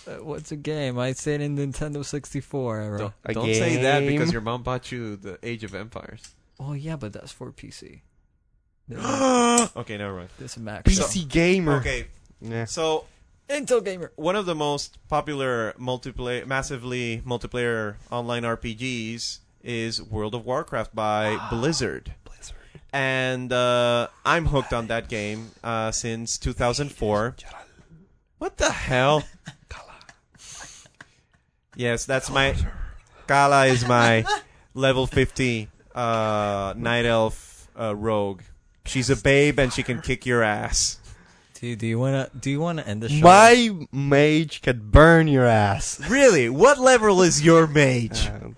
[SPEAKER 4] Uh, what's a game? I say it in Nintendo 64 era.
[SPEAKER 1] Don't,
[SPEAKER 3] A
[SPEAKER 1] don't say that because
[SPEAKER 3] game.
[SPEAKER 1] your mom bought you the Age of Empires.
[SPEAKER 4] Oh yeah, but that's for PC. There's
[SPEAKER 1] okay, never mind.
[SPEAKER 4] a Mac.
[SPEAKER 3] PC gamer.
[SPEAKER 1] Okay,
[SPEAKER 3] Yeah.
[SPEAKER 1] so
[SPEAKER 4] Intel gamer.
[SPEAKER 1] one of the most popular multiplayer, massively multiplayer online RPGs is World of Warcraft by Blizzard.
[SPEAKER 3] Blizzard.
[SPEAKER 1] and uh, I'm hooked on that game uh, since 2004. What the hell? Yes, that's my. Kala is my level 50 uh, night elf uh, rogue. She's a babe and she can kick your ass.
[SPEAKER 4] Dude, do you wanna do you wanna end the show?
[SPEAKER 3] My mage could burn your ass.
[SPEAKER 1] Really? What level is your mage?
[SPEAKER 3] Uh,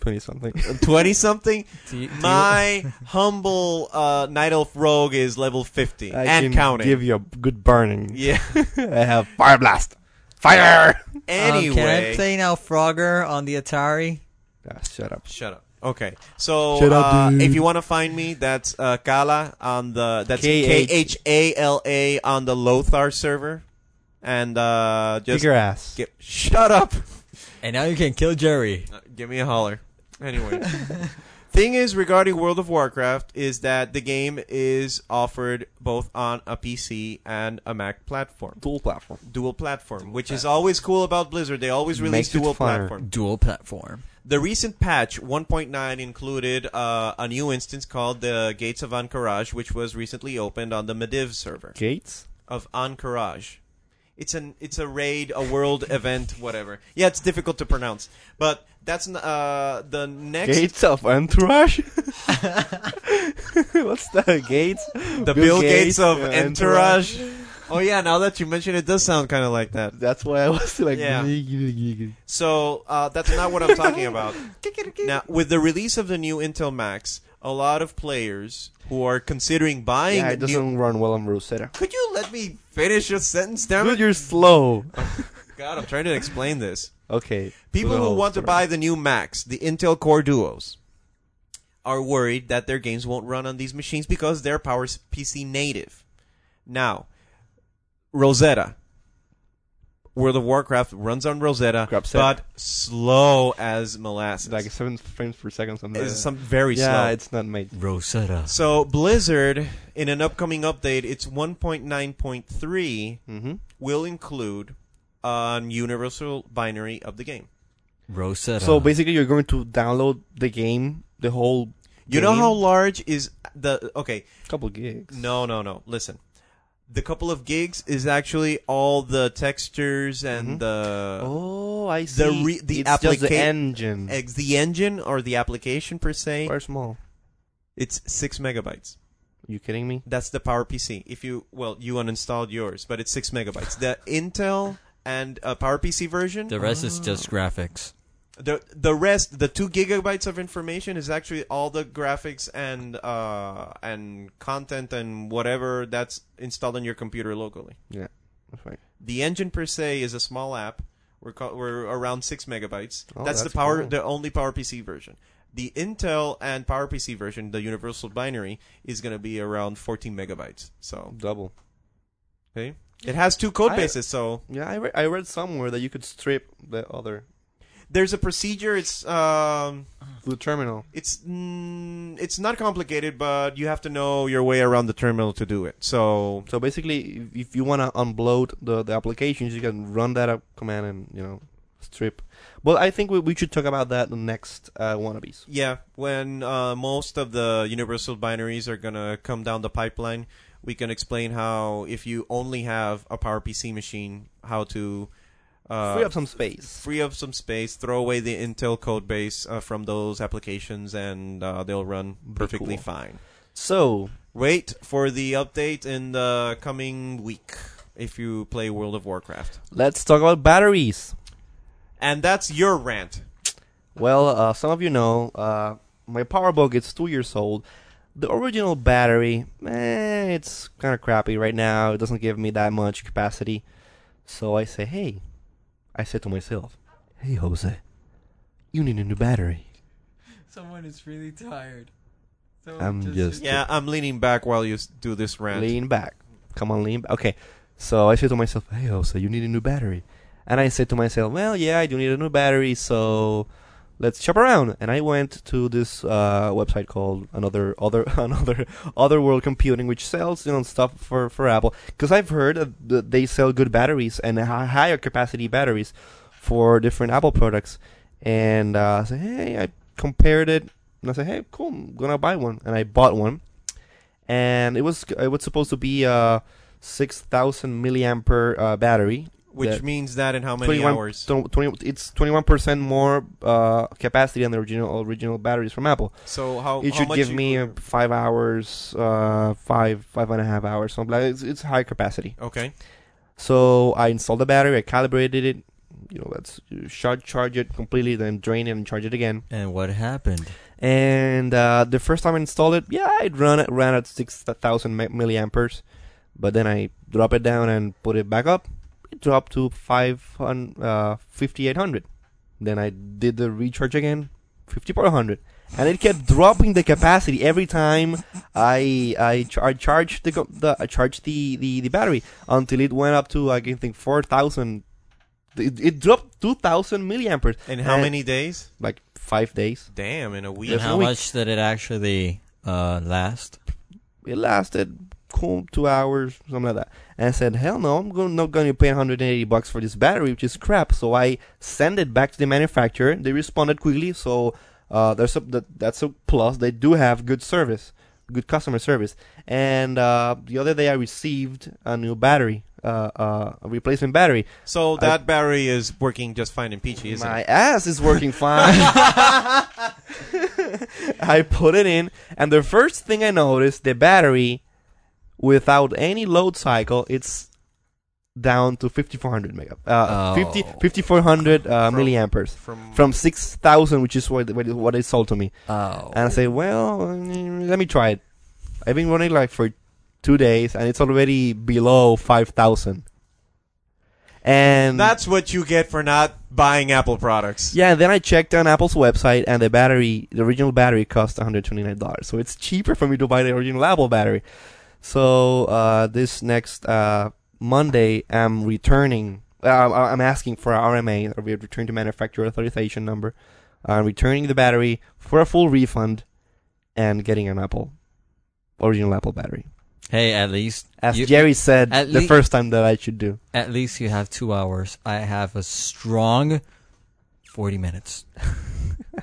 [SPEAKER 3] Twenty something.
[SPEAKER 1] 20 Uh, something?
[SPEAKER 4] Do you- um, do you-
[SPEAKER 1] My humble uh, night elf rogue is level 50
[SPEAKER 3] I
[SPEAKER 1] and
[SPEAKER 3] can
[SPEAKER 1] counting.
[SPEAKER 3] give you Um, a good burning.
[SPEAKER 1] yeah.
[SPEAKER 3] I have fire blast. Fire.
[SPEAKER 4] Um,
[SPEAKER 1] anyway.
[SPEAKER 4] can I play now Frogger on the Atari?
[SPEAKER 3] Ah, shut up.
[SPEAKER 1] Shut up. Okay, so
[SPEAKER 3] Shut up,
[SPEAKER 1] uh,
[SPEAKER 3] dude.
[SPEAKER 1] if you want to find me, that's uh, Kala on the that's K
[SPEAKER 3] K H-
[SPEAKER 1] H A L A on the Lothar server, and uh,
[SPEAKER 3] Kick
[SPEAKER 1] just
[SPEAKER 3] your ass.
[SPEAKER 1] gi- shut up.
[SPEAKER 4] And now you can kill Jerry.
[SPEAKER 1] Uh, Give me a holler. Anyway, thing is regarding World of Warcraft is that the game is offered both on a PC and a Mac platform,
[SPEAKER 3] Dual platform.
[SPEAKER 1] dual platform, which is always cool about Blizzard. They always release
[SPEAKER 3] Makes it
[SPEAKER 1] dual
[SPEAKER 3] funner.
[SPEAKER 1] platform.
[SPEAKER 4] Dual platform.
[SPEAKER 1] The recent patch 1.9 included uh, a new instance called the Gates of Anchorage, which was recently opened on the Mediv server
[SPEAKER 3] Gates.
[SPEAKER 1] of Anchorage. It's an it's a raid, a world event, whatever. Yeah, it's difficult to pronounce, but that's n- uh, the next
[SPEAKER 3] Gates of Entourage. What's that? Gates.
[SPEAKER 1] the Bill, Gates, of
[SPEAKER 3] uh,
[SPEAKER 1] Entourage. Oh yeah, now that you mention it, it does sound kind of like that.
[SPEAKER 3] That's why I was like.
[SPEAKER 1] Yeah. So uh, that's not what I'm talking about. now, with the release of the new Intel Max, a lot of players who are considering buying
[SPEAKER 3] Yeah, it
[SPEAKER 1] new.
[SPEAKER 3] doesn't run well on Rosetta.
[SPEAKER 1] Could you let me finish your sentence, damn
[SPEAKER 3] Dude,
[SPEAKER 1] it?
[SPEAKER 3] you're slow.
[SPEAKER 1] God, I'm trying to explain this.
[SPEAKER 3] Okay.
[SPEAKER 1] People
[SPEAKER 3] the
[SPEAKER 1] who
[SPEAKER 3] whole
[SPEAKER 1] want to
[SPEAKER 3] story.
[SPEAKER 1] buy the new Max, the Intel Core Duos, are worried that their games won't run on these machines because they're Power PC native. Now, Rosetta. World of Warcraft runs on Rosetta,
[SPEAKER 3] Grab set.
[SPEAKER 1] but slow as molasses.
[SPEAKER 3] like seven frames per second. Something.
[SPEAKER 1] It's
[SPEAKER 3] like that.
[SPEAKER 1] some very
[SPEAKER 3] yeah,
[SPEAKER 1] slow.
[SPEAKER 3] it's not made.
[SPEAKER 4] Rosetta.
[SPEAKER 1] so Blizzard, in an upcoming update, it's 1.9.3
[SPEAKER 3] Mm-hmm.
[SPEAKER 1] will include an universal binary of the game.
[SPEAKER 4] Rosetta.
[SPEAKER 1] Uh-huh.
[SPEAKER 3] So basically, you're going to download the game, the whole.
[SPEAKER 1] You know
[SPEAKER 3] game?
[SPEAKER 1] how large is the okay?
[SPEAKER 3] couple gigs.
[SPEAKER 1] No, no, no. Listen, the couple of gigs is actually all the textures and the
[SPEAKER 3] Mm-hmm. Oh, I see.
[SPEAKER 1] The re- the
[SPEAKER 3] it's just
[SPEAKER 1] applica- Eh.
[SPEAKER 3] the engine.
[SPEAKER 1] ex- the engine or the application per se.
[SPEAKER 3] Very small.
[SPEAKER 1] It's six megabytes.
[SPEAKER 3] You kidding me?
[SPEAKER 1] That's the Power PC. If you well, you uninstalled yours, but it's six megabytes. The Intel and uh, Power PC version.
[SPEAKER 4] the rest is just graphics.
[SPEAKER 1] the the rest, the two gigabytes of information is actually all the graphics and uh and content and whatever that's installed on your computer locally.
[SPEAKER 3] Yeah, that's right.
[SPEAKER 1] The engine per se is a small app. We're co- we're around six megabytes.
[SPEAKER 3] Oh,
[SPEAKER 1] that's,
[SPEAKER 3] that's
[SPEAKER 1] the power,
[SPEAKER 3] cool.
[SPEAKER 1] the only PowerPC version. The Intel and PowerPC version, the universal binary, is going to be around 14 megabytes. So
[SPEAKER 3] Double.
[SPEAKER 1] okay, it has two code
[SPEAKER 3] I-
[SPEAKER 1] bases. So
[SPEAKER 3] Yeah, I, re- I read somewhere that you could strip the other
[SPEAKER 1] there's a procedure. It's um,
[SPEAKER 3] the terminal.
[SPEAKER 1] it's mm, it's not complicated, but you have to know your way around the terminal to do it. So
[SPEAKER 3] So basically, if- if you want to unload the, the applications, you can run that up command and you know strip. But I think we, we should talk about that in the next uh, wannabes.
[SPEAKER 1] yeah, when uh, most of the universal binaries are gonna come down the pipeline, we can explain how if you only have a PowerPC machine, how to uh,
[SPEAKER 3] Free up some space.
[SPEAKER 1] free up some space, throw away the Intel code base uh, from those applications, and uh, they'll run perfectly
[SPEAKER 3] cool.
[SPEAKER 1] fine.
[SPEAKER 3] So
[SPEAKER 1] Wait for the update in the coming week if you play World of Warcraft.
[SPEAKER 3] let's talk about batteries.
[SPEAKER 1] And that's your rant.
[SPEAKER 3] Well, uh, some of you know uh, my PowerBook is two years old. The original battery, eh, it's kind of crappy right now. It doesn't give me that much capacity. So I say, hey, I said to myself, hey Jose, you need a new battery.
[SPEAKER 2] Someone is really tired.
[SPEAKER 3] I'm just- just-
[SPEAKER 1] Yeah, I'm leaning back while you s- do this rant.
[SPEAKER 3] Lean back. Come on, lean back. Okay. So I said to myself, hey, Jose, you need a new battery. And I said to myself, well, yeah, I do need a new battery, so let's shop around. And I went to this uh, website called another other another other world computing, which sells you know stuff for for Apple. Because I've heard that th- they sell good batteries and hi- higher capacity batteries for different Apple products. And uh, I said, hey, I compared it, and I said, hey, cool, I'm gonna buy one. And I bought one and it was it was supposed to be a six thousand milliampere uh, battery.
[SPEAKER 1] Which
[SPEAKER 3] that-
[SPEAKER 1] means that in how many
[SPEAKER 3] 21
[SPEAKER 1] hours?
[SPEAKER 3] tw- 20 it's twenty one percent more uh, capacity than the original original batteries from Apple.
[SPEAKER 1] So how
[SPEAKER 3] it
[SPEAKER 1] how
[SPEAKER 3] should
[SPEAKER 1] much
[SPEAKER 3] give
[SPEAKER 1] you-
[SPEAKER 3] me uh, five hours, uh, five five and a half hours. Something like it's, it's high capacity.
[SPEAKER 1] Okay.
[SPEAKER 3] So I installed the battery, I calibrated it. You know, let's charge charge it completely, then drain it and charge it again.
[SPEAKER 4] And what happened?
[SPEAKER 3] And uh, the first time I installed it, yeah, it ran it ran at six thousand milliamperes, but then I drop it down and put it back up. It dropped to five uh, fifty eight hundred. Then I did the recharge again. 50 per 100. And it kept dropping the capacity every time I I, char- I charged the, co- the I charged the, the, the battery until it went up to like, I think 4,000. It, it dropped 2,000 milliamperes
[SPEAKER 1] In how
[SPEAKER 3] And-
[SPEAKER 1] many days?
[SPEAKER 3] like five days.
[SPEAKER 1] Damn, in a week.
[SPEAKER 4] And how
[SPEAKER 3] week.
[SPEAKER 4] much did it actually uh, last?
[SPEAKER 3] It lasted cool two hours, something like that. And I said, hell no, I'm going, not going to pay 180 bucks for this battery, which is crap. So I sent it back to the manufacturer. They responded quickly, so uh, there's a, that, that's a plus. They do have good service, good customer service. And uh, the other day I received a new battery, uh, uh, a replacement battery.
[SPEAKER 1] So that battery is working just fine in Peachy, isn't
[SPEAKER 3] My
[SPEAKER 1] it?
[SPEAKER 3] ass is working fine. I put it in, and the first thing I noticed, the battery, without any load cycle, it's down to 5400 mega, uh,
[SPEAKER 4] Oh.
[SPEAKER 3] 50 5400 uh,
[SPEAKER 1] From-
[SPEAKER 3] milliamperes
[SPEAKER 1] From,
[SPEAKER 3] from 6000, which is what what it- what it sold to me.
[SPEAKER 4] Oh,
[SPEAKER 3] And I say, well, mm, let me try it. I've been running like for two days, and it's already below 5000. And
[SPEAKER 1] that's what you get for not buying Apple products.
[SPEAKER 3] yeah, and then I checked on Apple's website, and the battery, the original battery, cost one hundred twenty nine dollars. So it's cheaper for me to buy the original Apple battery. So uh, this next uh, Monday, I'm returning. Uh, I- I'm asking for a RMA, or we return to manufacturer authorization number. I'm returning the battery for a full refund, and getting an Apple original Apple battery,
[SPEAKER 4] hey, at least
[SPEAKER 3] as
[SPEAKER 4] you-
[SPEAKER 3] Jerry said
[SPEAKER 4] at
[SPEAKER 3] the
[SPEAKER 4] lea-
[SPEAKER 3] first time that I should do.
[SPEAKER 4] at least you have two hours. I have a strong forty minutes.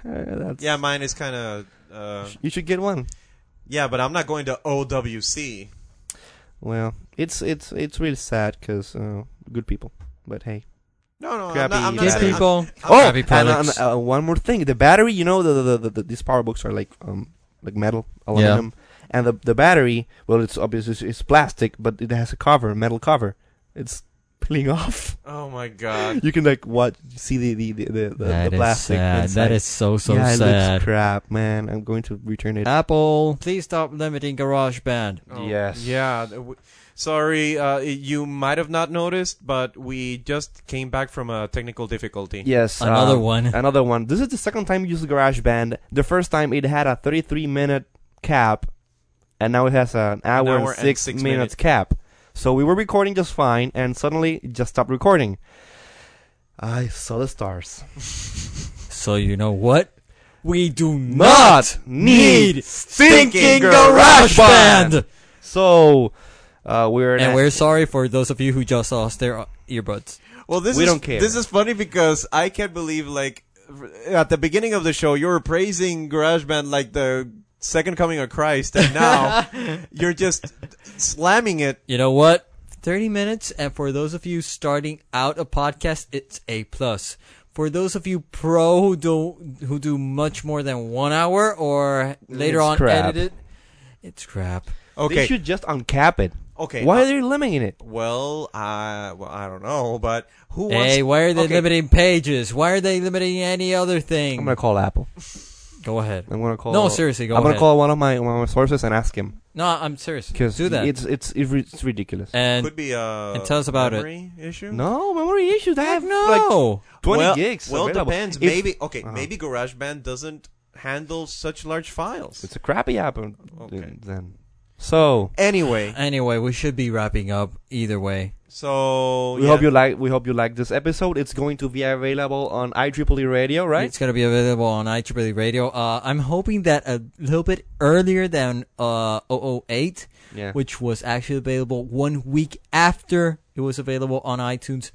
[SPEAKER 3] That's-
[SPEAKER 1] Yeah, mine is kind of. Uh,
[SPEAKER 3] you should get one.
[SPEAKER 1] yeah, but I'm not going to OWC.
[SPEAKER 3] Well, it's it's it's really sad because uh, good people, but hey.
[SPEAKER 1] No, no, I'm
[SPEAKER 3] Crappy
[SPEAKER 1] not, I'm not
[SPEAKER 3] battery.
[SPEAKER 2] Good
[SPEAKER 1] saying- I'm-
[SPEAKER 2] people.
[SPEAKER 1] I'm-
[SPEAKER 3] Oh,
[SPEAKER 4] Crappy
[SPEAKER 3] and, uh,
[SPEAKER 4] products.
[SPEAKER 3] and, uh, one more thing. The battery, you know, the, the, the, the these power books are like um like metal, aluminum, and the the battery. Well, it's obviously it's, it's plastic, but it has a cover, metal cover. It's peeling off.
[SPEAKER 1] Oh my god.
[SPEAKER 3] You can like what see the the the, the, the,
[SPEAKER 4] That
[SPEAKER 3] the
[SPEAKER 4] is
[SPEAKER 3] plastic.
[SPEAKER 4] sad.
[SPEAKER 3] inside.
[SPEAKER 4] That is so so
[SPEAKER 3] yeah, it
[SPEAKER 4] sad.
[SPEAKER 3] looks crap, man. I'm going to return it.
[SPEAKER 4] Apple, please stop limiting GarageBand.
[SPEAKER 1] Oh,
[SPEAKER 3] Yes.
[SPEAKER 1] Yeah. th- w- Sorry, uh, you might have not noticed, but we just came back from a technical difficulty.
[SPEAKER 3] Yes,
[SPEAKER 4] Another
[SPEAKER 3] uh,
[SPEAKER 4] one.
[SPEAKER 3] Another one. This is the second time you use GarageBand. The first time it had a 33 minute cap, and now it has an hour,
[SPEAKER 1] hour
[SPEAKER 3] and
[SPEAKER 1] and
[SPEAKER 3] six,
[SPEAKER 1] six minutes.
[SPEAKER 3] minutes, cap. So we were recording just fine, and suddenly it just stopped recording. I saw the stars.
[SPEAKER 4] So you know what? We do
[SPEAKER 3] Not need stinking GarageBand. So uh, we're
[SPEAKER 4] And we're sorry for those of you who just lost their earbuds.
[SPEAKER 1] Well, this
[SPEAKER 3] We
[SPEAKER 1] is,
[SPEAKER 3] don't care.
[SPEAKER 1] This is funny because I can't believe like at the beginning of the show you were praising GarageBand like the second coming of Christ, and now you're just slamming it.
[SPEAKER 4] You know what? 30 minutes, and for those of you starting out a podcast, it's a plus. For those of you pro who do who do much more than one hour or later
[SPEAKER 3] It's
[SPEAKER 4] on
[SPEAKER 3] crap.
[SPEAKER 4] edited, it's crap.
[SPEAKER 3] they
[SPEAKER 1] Okay.
[SPEAKER 3] should just uncap it.
[SPEAKER 1] Okay,
[SPEAKER 3] Why
[SPEAKER 1] uh,
[SPEAKER 3] are they limiting it?
[SPEAKER 1] well, I well I don't know, but who wants?
[SPEAKER 4] Hey, why are they
[SPEAKER 1] okay.
[SPEAKER 4] limiting pages? Why are they limiting any other thing?
[SPEAKER 3] I'm gonna call Apple.
[SPEAKER 4] go ahead.
[SPEAKER 3] I'm gonna call.
[SPEAKER 4] No, seriously, go
[SPEAKER 3] I'm gonna
[SPEAKER 4] ahead.
[SPEAKER 3] call one of my one of my sources and ask him
[SPEAKER 4] No, I'm serious.
[SPEAKER 3] because
[SPEAKER 4] Do that.
[SPEAKER 3] It's it's it's ri- it's ridiculous.
[SPEAKER 4] and
[SPEAKER 1] Could be a
[SPEAKER 4] and tell us about it.
[SPEAKER 1] memory issue.
[SPEAKER 3] No memory issues. I have like
[SPEAKER 4] no.
[SPEAKER 3] 20
[SPEAKER 1] well,
[SPEAKER 3] gigs.
[SPEAKER 1] Well,
[SPEAKER 3] available.
[SPEAKER 1] depends.
[SPEAKER 3] If-
[SPEAKER 1] maybe okay.
[SPEAKER 3] Uh-huh.
[SPEAKER 1] Maybe GarageBand doesn't handle such large files.
[SPEAKER 3] it's a crappy app. and-
[SPEAKER 1] Okay.
[SPEAKER 3] Then so
[SPEAKER 1] Anyway,
[SPEAKER 4] anyway, we should be wrapping up either way.
[SPEAKER 1] so
[SPEAKER 3] we
[SPEAKER 1] yeah.
[SPEAKER 3] hope you like. We hope you like this episode. It's going to be available on IEEE Radio, right?
[SPEAKER 4] It's going to be available on IEEE Radio. Uh, I'm hoping that a little bit earlier than uh, 008,
[SPEAKER 3] Yeah.
[SPEAKER 4] which was actually available one week after it was available on iTunes.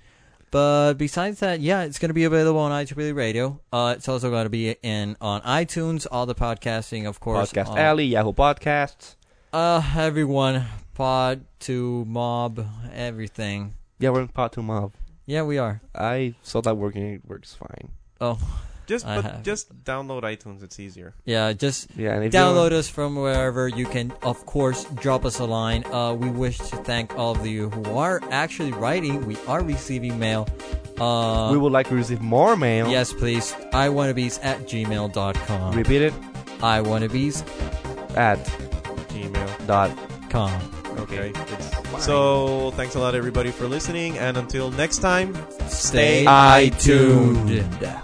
[SPEAKER 4] But besides that, yeah, it's going to be available on IEEE Radio. Uh, it's also going to be in on iTunes, all the podcasting, of course. Uh,
[SPEAKER 3] Podcast
[SPEAKER 4] on-
[SPEAKER 3] Alley, Yahoo Podcasts.
[SPEAKER 4] Uh, everyone, Pod to Mob, everything.
[SPEAKER 3] Yeah, we're in part two mob.
[SPEAKER 4] Yeah, we are.
[SPEAKER 3] I saw that working. It works fine.
[SPEAKER 4] Oh,
[SPEAKER 1] Just
[SPEAKER 4] I
[SPEAKER 1] but
[SPEAKER 4] have-
[SPEAKER 1] just download iTunes. It's easier.
[SPEAKER 4] yeah, just
[SPEAKER 3] Yeah, and if you
[SPEAKER 4] download
[SPEAKER 3] want-
[SPEAKER 4] us from wherever you can of course drop us a line uh, we wish to thank all of you who are actually writing we are receiving mail uh,
[SPEAKER 3] we would like to receive more mail.
[SPEAKER 4] yes please i want to bees at gmail.com
[SPEAKER 3] Repeat it
[SPEAKER 4] i want to bees
[SPEAKER 3] at
[SPEAKER 1] Gmail.
[SPEAKER 3] dot.
[SPEAKER 4] com
[SPEAKER 1] Okay. So thanks a lot, everybody, for listening, and until next time,
[SPEAKER 4] stay
[SPEAKER 3] iTuned.
[SPEAKER 4] iTuned.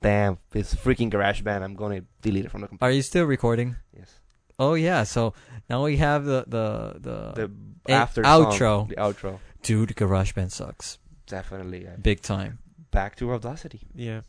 [SPEAKER 3] damn, this freaking garage band. I'm going to delete it from the computer.
[SPEAKER 4] Are you still recording?
[SPEAKER 3] Yes.
[SPEAKER 4] Oh yeah. So now we have the the the,
[SPEAKER 3] The
[SPEAKER 4] eh,
[SPEAKER 3] after
[SPEAKER 4] outro.
[SPEAKER 3] Song, the outro.
[SPEAKER 4] dude. GarageBand sucks
[SPEAKER 3] Definitely. yeah.
[SPEAKER 4] big time.
[SPEAKER 3] Back to Audacity.
[SPEAKER 1] Yeah.